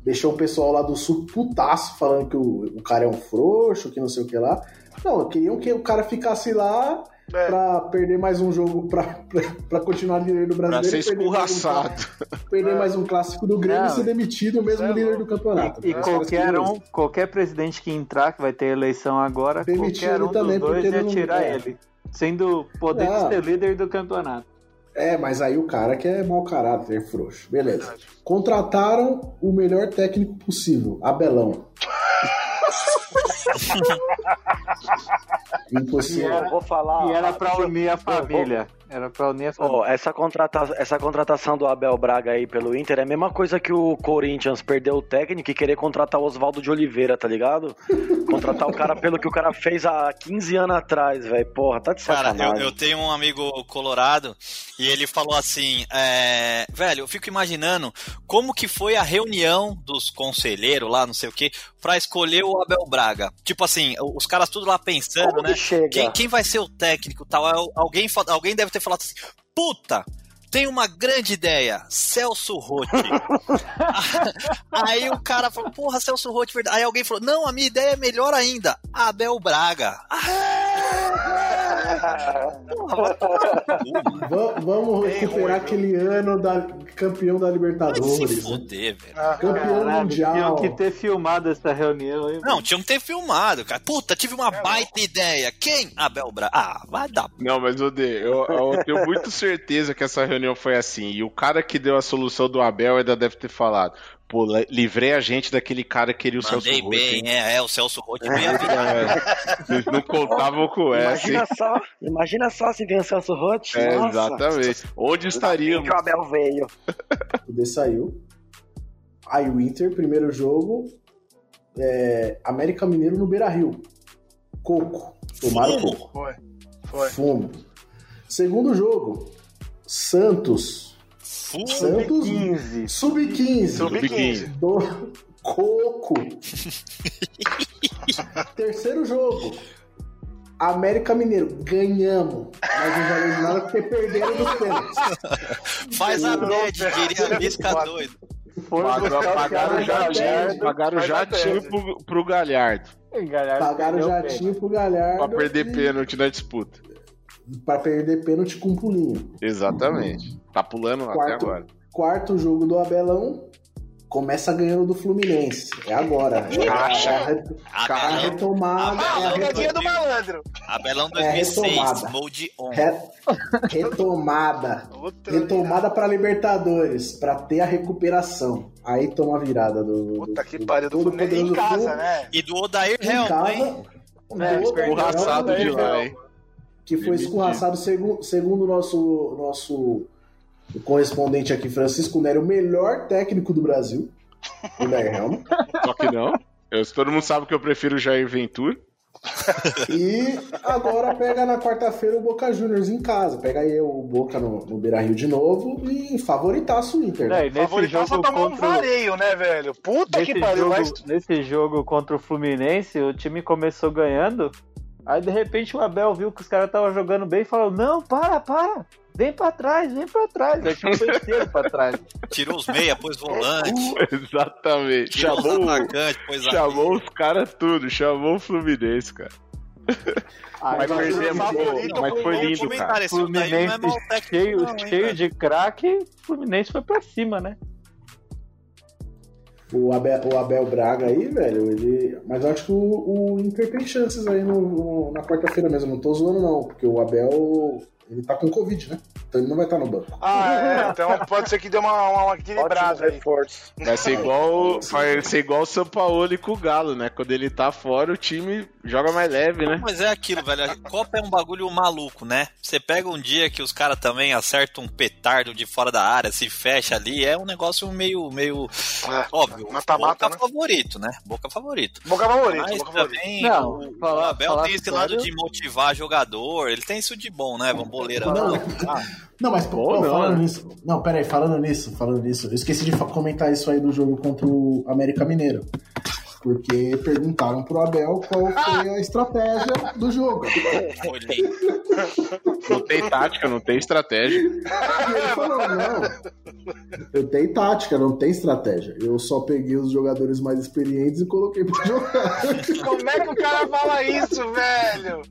G: Deixou o pessoal lá do sul putaço, falando que o, o cara é um frouxo, que não sei o que lá. Não, queriam que o cara ficasse lá pra perder mais um jogo, pra, pra, pra continuar líder do
C: Pra
G: brasileiro.
C: ser
G: perder mais um
C: escorraçado.
G: perder mais um clássico do Grêmio
E: Não,
G: e ser demitido, o mesmo líder do campeonato. é
E: E, e
G: Os caras
E: qualquer,
G: queriam
E: um,
G: isso.
E: qualquer presidente que entrar, que vai ter eleição agora,
G: Demitir
E: qualquer
G: ele
E: um
G: também,
E: dos dois
G: porque
E: ia
G: não-
E: tirar
G: é.
E: ele. Sendo podendo
G: Não.
E: ser líder do campeonato.
G: É, mas aí o cara que é mau caráter, frouxo. Beleza. Contrataram o melhor técnico possível, Abelão.
E: E
G: Impossível.
E: era,
B: vou falar.
E: e era pra unir a
B: vou-
E: família. Era pra unir a família.
B: Ó, essa, contrata essa contratação do Abel Braga aí pelo Inter é a mesma coisa que o Corinthians perdeu o técnico e querer contratar o Oswaldo de Oliveira, tá ligado? Contratar o cara pelo que o cara fez há 15 anos atrás, velho. Porra, tá de
H: Cara,
B: sacanagem.
H: eu, eu tenho um amigo colorado e ele falou assim: é, velho, eu fico imaginando como que foi a reunião dos conselheiros lá, não sei o quê, pra escolher o Abel Braga. Tipo assim, o- os caras tudo lá pensando,
B: Como
H: né?
B: que chega?
H: Quem, quem vai ser o técnico e tal? Aí Alguém, fa- alguém deve ter falado assim: puta! Tem uma grande ideia, Celso Rotti. Aí o cara falou, porra, Celso Rotti, verdade. Aí alguém falou, não, a minha ideia é melhor ainda, Abel Braga.
G: Va- vamos recuperar aquele ano da campeão da
H: Vai se
G: Libertadores. né?
H: foder, velho.
G: Campeão um mundial.
E: Tinham que ter filmado essa reunião aí.
H: Não, tinham que ter filmado, cara. Puta, tive uma baita ideia. Quem? Abel Braga. Ah, vai dar.
C: Não, mas Odê, eu, eu tenho muito certeza que essa reunião foi assim. E o cara que deu a solução do Abel ainda deve ter falado. Pô, le- livrei a gente daquele cara que queria o Celso
H: Mandei
C: Roth.
H: bem,
C: hein?
H: é, é, o Celso Rotti bem avisado.
C: É, Vocês não contavam com essa, hein?
B: Imagina só, imagina só se vencer o Surrot.
C: É, exatamente. Onde estaríamos?
B: Que o Abel veio.
G: Kudê saiu. Aí o Inter, primeiro jogo, é, América Mineiro no Beira Rio. Coco. Tomaram
H: Fumo.
G: coco.
L: Foi. Foi.
G: Fumo. Segundo jogo, Santos.
H: Fumo.
G: Santos
E: 15.
G: sub-15.
C: Sub-15.
G: Do... Coco. Terceiro jogo, América Mineiro. Ganhamos. Mas não valeu de nada porque perderam nos pênaltis.
H: Faz a média, diria a Lisca doido.
E: Foi
C: Pagaram, pagaram o jatinho, pagaram o
L: Vai na
C: jatinho
L: tese.
C: pro, pro Galhardo
G: Pagaram o jatinho pro Galhardo.
C: pra perder
G: e-
C: pênalti na disputa.
G: Pra perder pênalti com um pulinho.
C: Exatamente. Tá pulando lá até
G: Quarto.
C: agora.
G: Quarto jogo do Abelão. Começa ganhando do Fluminense. É agora. É,
C: Caixa.
G: é a re- é a
H: Abelão,
G: retomada. é a re-
L: Pegadinha do malandro.
H: Abelão
G: É,
H: 2006,
G: retomada.
H: mode on.
G: re- retomada.
L: Outra né?
G: Retomada pra Libertadores. Pra ter a recuperação. Aí toma a virada do.
L: Puta
G: do-
L: que pariu do
G: todo
L: Fluminense. Em
G: poderoso
L: casa,
G: Fluminense.
L: né?
H: E do Odair
G: Em
C: É,
H: Helm,
G: casa, um
H: hein?
G: do
E: É,
G: Odair
C: Escorraçado de
G: Helm,
C: lá, hein?
G: que foi
C: Demitido.
G: escorraçado segu- segundo o nosso, nosso correspondente aqui, Francisco Nero, o melhor técnico do Brasil. O Dair Helm.
C: Só que não. Eu, todo mundo sabe que eu prefiro o Jair Ventura.
G: E agora pega na quarta-feira o Boca Juniors em casa. Pega aí o Boca no, no Beira Rio de novo e favoritaço o Inter. né?
E: Não, e nesse
L: Favoritaço
E: jogo
L: tomou um
E: contra o-
L: vareio, né, velho? Puta
E: nesse
L: que pariu.
E: jogo,
L: Mas...
E: nesse jogo contra o Fluminense, o time começou ganhando. Aí de repente o Abel viu que os caras estavam jogando bem e falou: Não, para, para! Vem pra trás, vem pra trás. Aí chutou inteiro pra trás.
H: Tirou os meia, pôs volante.
C: Exatamente.
H: Tirou os
C: Chamou,
H: atacantes, pôs a...
C: chamou os caras tudo. Chamou o Fluminense, cara.
E: Aí
C: Mas
E: o
C: perdemos,
L: favorito
C: pô, mas foi
H: Vamos
C: lindo,
H: comentar,
C: cara.
H: um esse Odair não é
E: Fluminense
H: mau técnico
E: cheio,
H: não, hein,
E: cheio
H: cara.
E: de craque, o Fluminense foi pra cima, né?
G: O, Abel, o Abel Braga aí, velho, ele. Mas eu acho que o, o Inter tem chances aí no- no- na quarta-feira mesmo. Não tô zoando, não, porque o Abel. Ele tá com Covid, né? Então ele não vai estar no banco.
L: Ah, é. Então pode ser que deu uma, uma, uma equilibrada
E: né,
L: aí.
B: reforço.
C: Vai ser igual, vai ser igual o São Paulo com o Galo, né? Quando ele tá fora, o time joga mais leve, né?
H: Mas é aquilo, velho. A Copa é um bagulho maluco, né? Você pega um dia que os caras também acertam um petardo de fora da área, se fecha ali, é um negócio meio, meio
L: É,
H: Ah, óbvio.
L: mata-mata,
H: Boca
L: né?
H: favorito, né? Boca favorito.
L: Boca favorito,
H: Mas
L: boca favorito.
H: também
E: Não,
H: o,
E: falar-
H: o Abel
E: falar
H: tem esse
E: sério.
H: lado de motivar jogador, ele tem isso de bom, né? Bamboleira.
G: Não, não mas pô,
C: Ou
G: pô,
C: não,
G: falando
C: né?
G: nisso. Não, pera aí, falando nisso, falando nisso, eu esqueci de fa- comentar isso aí do jogo contra o América Mineiro. Porque perguntaram pro Abel qual foi a estratégia do jogo.
C: Não tem tática, não tem estratégia.
G: Ele falou, não. Eu tenho tática, não tem estratégia. Eu só peguei os jogadores mais experientes e coloquei pra jogar.
L: Como é que o cara fala isso, velho?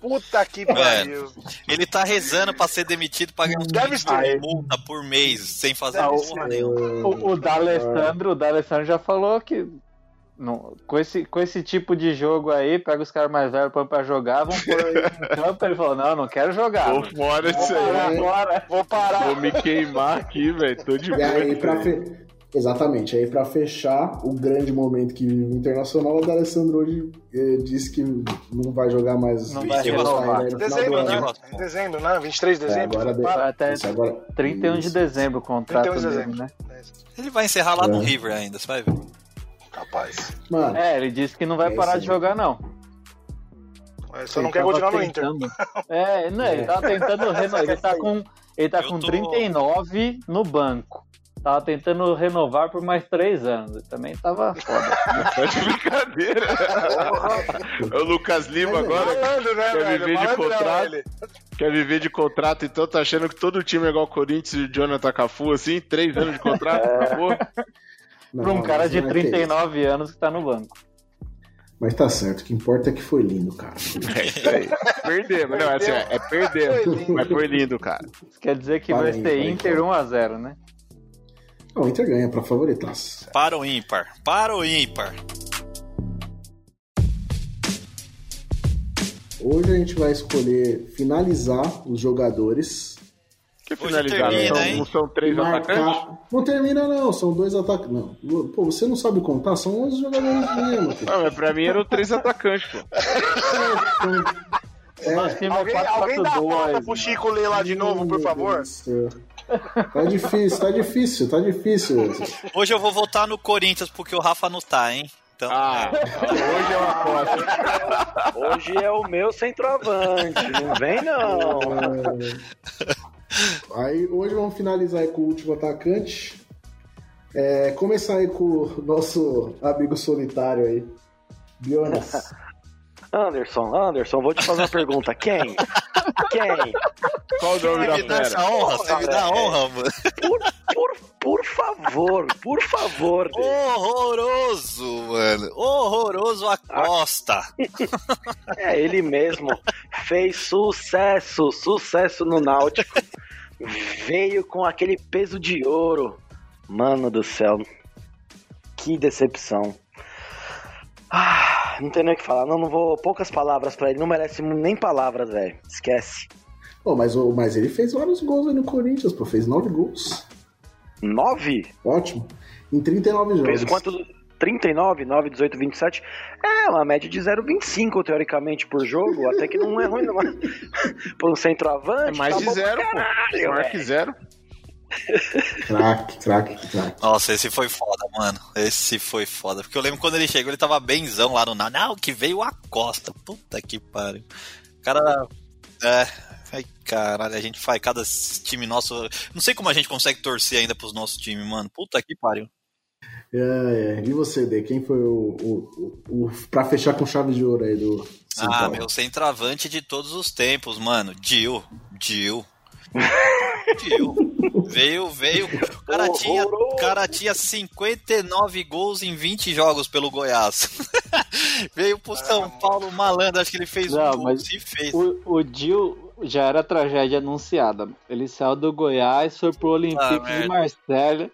L: Puta que pariu.
H: Mano, ele tá rezando pra ser demitido pra ganhar uns
L: Deve
H: 500
L: ser.
H: multa por mês, sem fazer
E: Ah, o-
H: porra nenhuma.
L: Hum,
E: O, o D'Alessandro, o D'Alessandro já falou que não, com, esse, com esse tipo de jogo aí, pega os caras mais velhos põe pra jogar, vão pôr ele em campo. Ele falou: Não, não quero jogar.
C: Vou fora disso
E: parar
C: aí.
E: agora.
L: Vou parar.
C: Vou me queimar aqui, velho. Tô de
G: E aí,
C: boa,
G: pra
C: velho.
G: fe- Exatamente, aí pra fechar o grande momento que vive o Internacional, o D'Alessandro hoje eh, disse que não vai jogar mais
E: Não vai
G: Vai
E: renovar.
G: sair, né, no final do
L: Dezembro,
G: ano.
L: né? Dezembro, né? 23 de
G: É,
L: dezembro.
G: agora de-
E: Vai tá até
G: isso, agora...
E: 31 de
G: Isso.
E: dezembro o contrato
L: 31 de
E: dele,
L: dezembro.
E: né?
H: Ele vai encerrar lá no
G: É.
H: River ainda, você vai ver.
L: Capaz.
G: Mano,
E: É, ele disse que não vai
G: É
E: parar
G: isso
E: de
G: aí.
E: jogar, não.
L: Mas Só não
E: Ele
L: quer
E: tava
L: continuar no Inter.
E: tentando- É, não, ele tava tentando renovar. Ele tá com, ele tá
H: Eu
E: com
H: tô-
E: 39 no banco. Tava tentando renovar por mais 3 anos. Também tava foda.
C: Tá de brincadeira. É o Lucas Lima agora.
L: Malandro, né,
C: Quer
L: velho?
C: viver de
L: Malandrão,
C: contrato?
L: ele.
C: Quer viver de contrato, então tá achando que todo time é igual Corinthians e Jonathan Cafu, assim? Três anos de contrato, acabou.
G: não,
E: Pra um cara
G: mas
E: de
G: não é que é isso.
E: 39 anos que tá no banco.
G: Mas tá certo, o que importa é que foi lindo, cara.
C: É isso aí. Perder, mas não, é assim, é perder. Mas foi lindo, cara.
E: Isso quer dizer que
G: Fala
E: vai
G: aí,
E: ser
G: fala aí,
E: Inter
G: fala.
E: 1x0, né?
G: Não, o Inter ganha pra favoritaço.
H: Para o ímpar. Para o ímpar.
G: Hoje a gente vai escolher finalizar os jogadores.
C: Que
H: Hoje
C: finalizar, né?
E: então,
H: termina,
C: São,
H: hein?
C: são três atacantes?
G: Não termina, não, são dois ataques. Não, pô, você não sabe contar, são 11 jogadores mesmo. pô.
C: Não, mas pra mim eram três atacantes, pô.
E: Nosso time é
L: Alguém, alguém dá a pauta
E: 4
L: pro
E: 4
L: Chico ler lá de novo, por
G: Meu
L: favor?
G: Deus do céu. Tá difícil, tá difícil, tá difícil.
H: Hoje eu vou votar no Corinthians porque o Rafa não tá, hein? Então,
C: Ah, hoje é uma aposta.
B: Hoje é o meu centroavante, não vem não.
G: É. Aí hoje vamos finalizar aí com o último atacante. É, começar aí com o nosso amigo solitário aí. Bionas.
B: Anderson, Anderson, vou te fazer uma pergunta. Quem? Quem?
C: Qual o nome
H: você
C: da
H: me dá
C: fera?
H: essa honra, você me dá
B: Porra,
H: honra, mano.
B: Por, por, por favor, por favor. Dê.
H: Horroroso, mano. Horroroso a Costa.
B: É, ele mesmo fez sucesso, sucesso no Náutico. Veio com aquele peso de ouro. Mano do céu, que decepção. Ah, não tem nem o que falar, não, não vou. Poucas palavras pra ele, não merece nem palavras, velho. Esquece.
G: Pô, mas, o- mas ele fez vários gols aí no Corinthians, pô. Fez nove gols.
B: Nove?
G: Ótimo. Em 39 jogos.
B: Fez quanto? 39, 9, 18, 27. É, uma média de 0,25, teoricamente, por jogo. Até que não é ruim, não. por um
C: É
B: centroavante.
C: mais
B: tá
C: de
B: bom pra
C: zero, pô.
B: caralho,
C: Maior
B: velho.
C: que zero.
G: Craque, craque, craque.
H: Nossa, esse foi foda, mano. Esse foi foda. Porque eu lembro quando ele chegou, ele tava benzão lá no nada. Não, que veio a Costa. Puta que pariu. O cara. É. Ai, caralho, a gente faz cada time nosso. Não sei como a gente consegue torcer ainda pros nossos times, mano. Puta que pariu.
G: É, é. E você, Dê? Quem foi o, o, o, o- Pra fechar com chave de ouro aí do. São
H: ah,
G: Paulo?
H: meu centroavante de todos os tempos, mano. Dil. Dil. Dil. Veio, veio. O cara, tinha, o cara tinha 59 gols em 20 jogos pelo Goiás. veio pro São Paulo malandro. Acho que ele fez
E: Não,
H: um gol
E: mas
H: e fez.
E: O, o Gil já era tragédia anunciada. Ele saiu do Goiás, foi pro Olympique de
H: Ah, merda.
E: Marselha,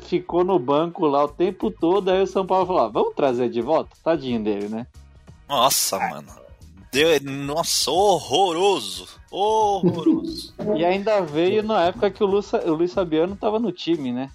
E: ficou no banco lá o tempo todo. Aí o São Paulo falou: "Ah, vamos trazer de volta? Tadinho dele, né?
H: Nossa, mano. Deu, nossa, horroroso. Horroroso.
E: E ainda veio na época que o Luiz, o Luiz Fabiano tava no time, né?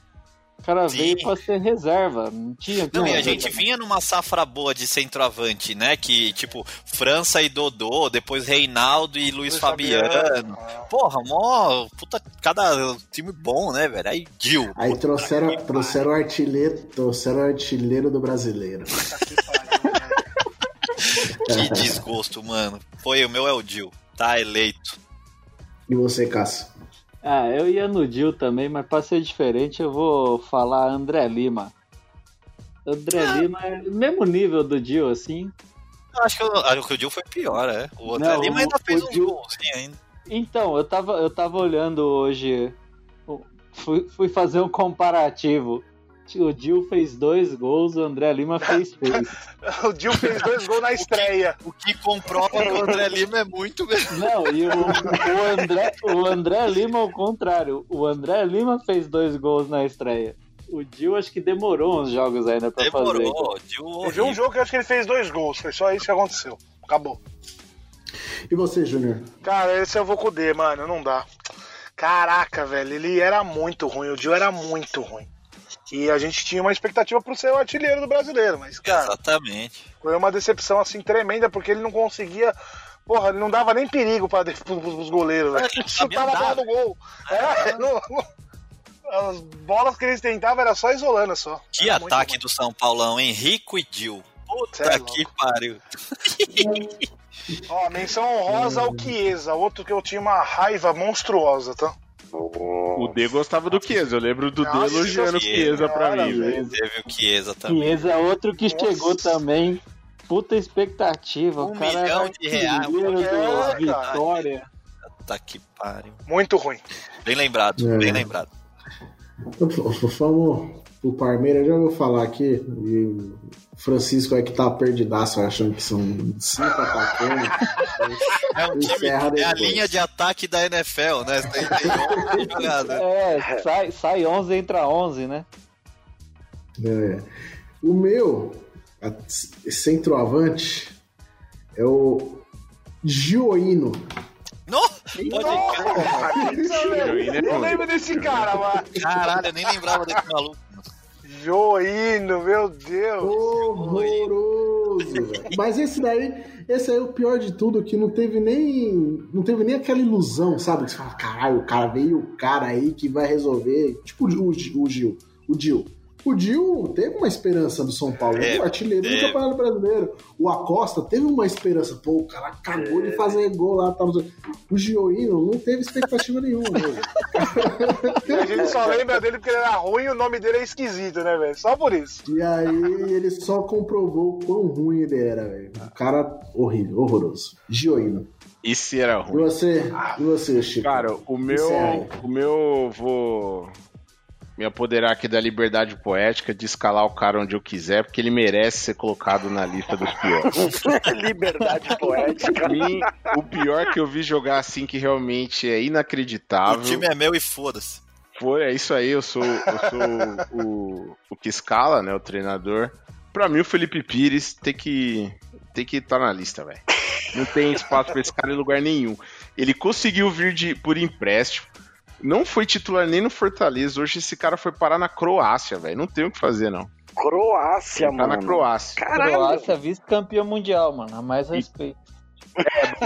E: O cara
H: Sim.
E: veio pra ser reserva, não tinha
H: Não, e a
E: como.
H: gente vinha numa safra boa de centroavante, né? Que, tipo, França e Dodô, depois Reinaldo e Luiz, Fabiano. Porra, mó. Puta, cada time bom, né, velho? Aí Dil.
G: Aí trouxeram, trouxeram o artilheiro, trouxeram o artilheiro do brasileiro.
L: né?
H: Que desgosto, mano. Foi, o meu é o Dil. Tá eleito.
G: E você, Cássio?
E: Ah, eu ia no Gil também, mas pra ser diferente eu vou falar André Lima. André
H: Ah.
E: Lima é mesmo nível do Dio, assim.
H: Eu acho que, eu, acho que o Dio foi pior, é. O outro
E: Não,
H: ali, mas ainda
E: o-
H: fez
E: o
H: um
E: Dio-
H: golzinho ainda.
E: Então, eu tava, eu tava olhando hoje. o- Fui, fui fazer um comparativo. O Dio fez dois gols, o André Lima fez três.
L: O Dil fez dois gols na estreia.
H: O que comprova que o André Lima é muito melhor.
E: Não, e o, o André, o André Lima, ao contrário. O André Lima fez dois gols na estreia. O Dio acho que demorou uns jogos ainda pra fazer.
L: Teve um jogo que eu acho que ele fez dois gols. Foi só isso que aconteceu. Acabou.
G: E você, Júnior?
L: Cara, esse eu vou com o D, mano. Não dá. Caraca, velho. Ele era muito ruim. O Dil era muito ruim. E a gente tinha uma expectativa pro ser o artilheiro do brasileiro, mas, cara,
H: Exatamente.
L: foi uma decepção assim tremenda, porque ele não conseguia. Porra, ele não dava nem perigo para os goleiros, velho.
H: É,
L: Ele Chutava a bola do gol. É, não- não- as bolas que eles tentavam era só isolando só.
H: Que ataque do São Paulão, Henrico e Dil.
L: é
H: Puta que pariu.
L: Ó, menção honrosa ao Chiesa, outro que eu tinha uma raiva monstruosa, tá?
C: O D gostava do Chiesa, eu lembro do D
L: Nossa,
C: elogiando o Chiesa pra mim, velho.
H: Teve o Chiesa também.
E: Chiesa é outro que chegou também. Puta expectativa. o
H: Um
E: cara
H: milhão
E: era
H: de reais.
E: artilheiro
H: É,
E: do
H: cara.
E: Vitória.
H: Puta Tá que pariu.
L: Muito ruim.
H: Bem lembrado,
G: É.
H: bem lembrado.
G: Então, v- vamos pro Parmeira, já vou falar aqui. E o Francisco é que tá perdidaço achando que são cinco atacantes.
H: É um time,
G: Encerra
H: é a
G: depois.
H: linha de ataque da NFL, né? Tem, né? tem 11 jogadores.
E: É, sai, sai 11, entra 11, né?
G: É. O meu a- centroavante é o Gioino.
H: No, pode
L: Eu lembro desse cara, mano.
H: Caralho, eu nem lembrava desse maluco.
L: Joino, meu Deus.
G: Horroroso! é velho. Mas esse daí, esse aí é o pior de tudo, que não teve nem. Não teve nem aquela ilusão, sabe? Que você fala, caralho, o cara veio o cara aí que vai resolver. Tipo o, o, o Gil. O Gil. O Gil teve uma esperança do São Paulo, ele é o artilheiro do
H: teve.
G: Campeonato Brasileiro. O Acosta teve uma esperança. Pô, o cara acabou de fazer gol lá. Tá, o Gioino não teve expectativa nenhuma. né, velho.
L: A gente só lembra dele porque ele era ruim e o nome dele é esquisito, né, velho? Só por isso.
G: E aí ele só comprovou o quão ruim ele era, velho. Um cara horrível, horroroso. Gioino.
C: E se era
G: E
C: ruim?
G: você, e você, Chico?
C: Cara, o meu.
G: Encerra
C: O meu vou me apoderar aqui da liberdade poética de escalar o cara onde eu quiser, porque ele merece ser colocado na lista dos piores.
B: Liberdade poética.
C: Mim, o pior que eu vi jogar assim que realmente é
H: O
C: inacreditável.
H: time é meu e foda-se.
C: Foi, é isso aí, eu sou, eu sou o, o, o que escala, né? O treinador. Pra mim, o Felipe Pires tem que tem que estar na lista, velho. Não tem espaço pra esse cara em lugar nenhum. Ele conseguiu vir de, por empréstimo. Não foi titular nem no Fortaleza. Hoje esse cara foi parar na Croácia, velho. Não tem o que fazer, não.
B: Croácia,
C: Ele tá
B: mano.
C: na Croácia.
B: Caralho.
E: Croácia vice-campeão mundial, mano. A mais respeito.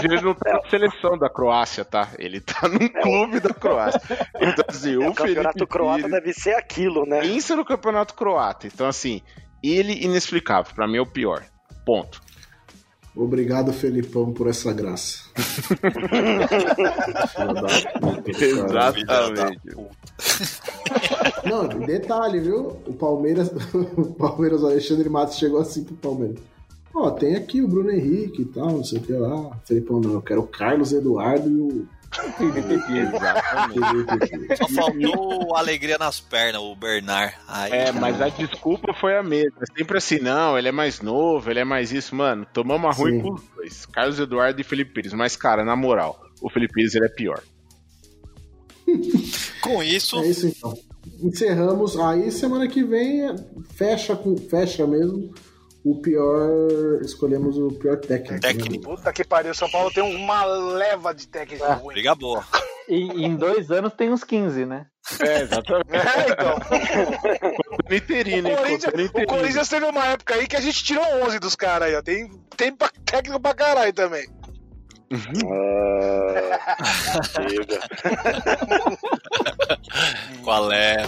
C: Ele não tá na seleção da Croácia, tá? Ele tá num clube da Croácia. Então, assim,
B: É,
C: o,
B: o campeonato
C: Felipe
B: croata
C: Pires-
B: deve ser aquilo, né?
C: Pensa no campeonato croata. Então, assim, ele inexplicável. Pra mim é o pior. Ponto.
G: Obrigado, Felipão, por essa graça. Filha da puta, cara.
H: Tá.
G: Não, detalhe, viu? O Palmeiras, o Palmeiras, o Alexandre Matos chegou assim pro Palmeiras. Ó, tem aqui o Bruno Henrique e tal, não sei o que lá. Felipão, não, eu quero o Carlos Eduardo e o
C: Exatamente.
G: Felipe Pires.
H: Só faltou alegria nas pernas, o Bernard. Aí,
C: É, mas a desculpa foi a mesma. Sempre assim, não, ele é mais novo, ele é mais isso. Mano, tomamos a ruim
G: Sim.
C: com os dois. Carlos Eduardo e Felipe Pires. Mas, cara, na moral, o Felipe Pires ele é pior.
H: com isso,
G: É isso então. Encerramos. Aí semana que vem fecha com fecha mesmo o pior. Escolhemos o pior técnico. né?
H: Técnico.
L: Puta que pariu, São Paulo tem uma leva de técnico ruim.
H: briga boa.
E: E em dois anos tem uns 15, né?
C: É, exatamente.
L: É, então.
C: Interino,
L: O
C: hein? Contando
L: Corinthians, o
C: interino.
L: Corinthians teve uma época aí que a gente tirou 11 dos caras aí, ó. Tem, tem pra- técnico pra caralho também.
H: Qual é?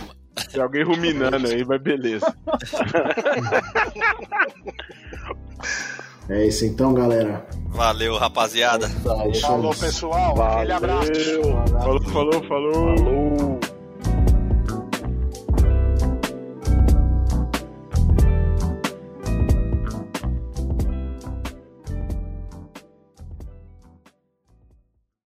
C: Tem alguém ruminando aí, mas beleza.
G: É isso então, galera.
H: Valeu, rapaziada.
L: Falou, pessoal. Aquele abraço.
C: Falou, falou, falou.
B: Falou.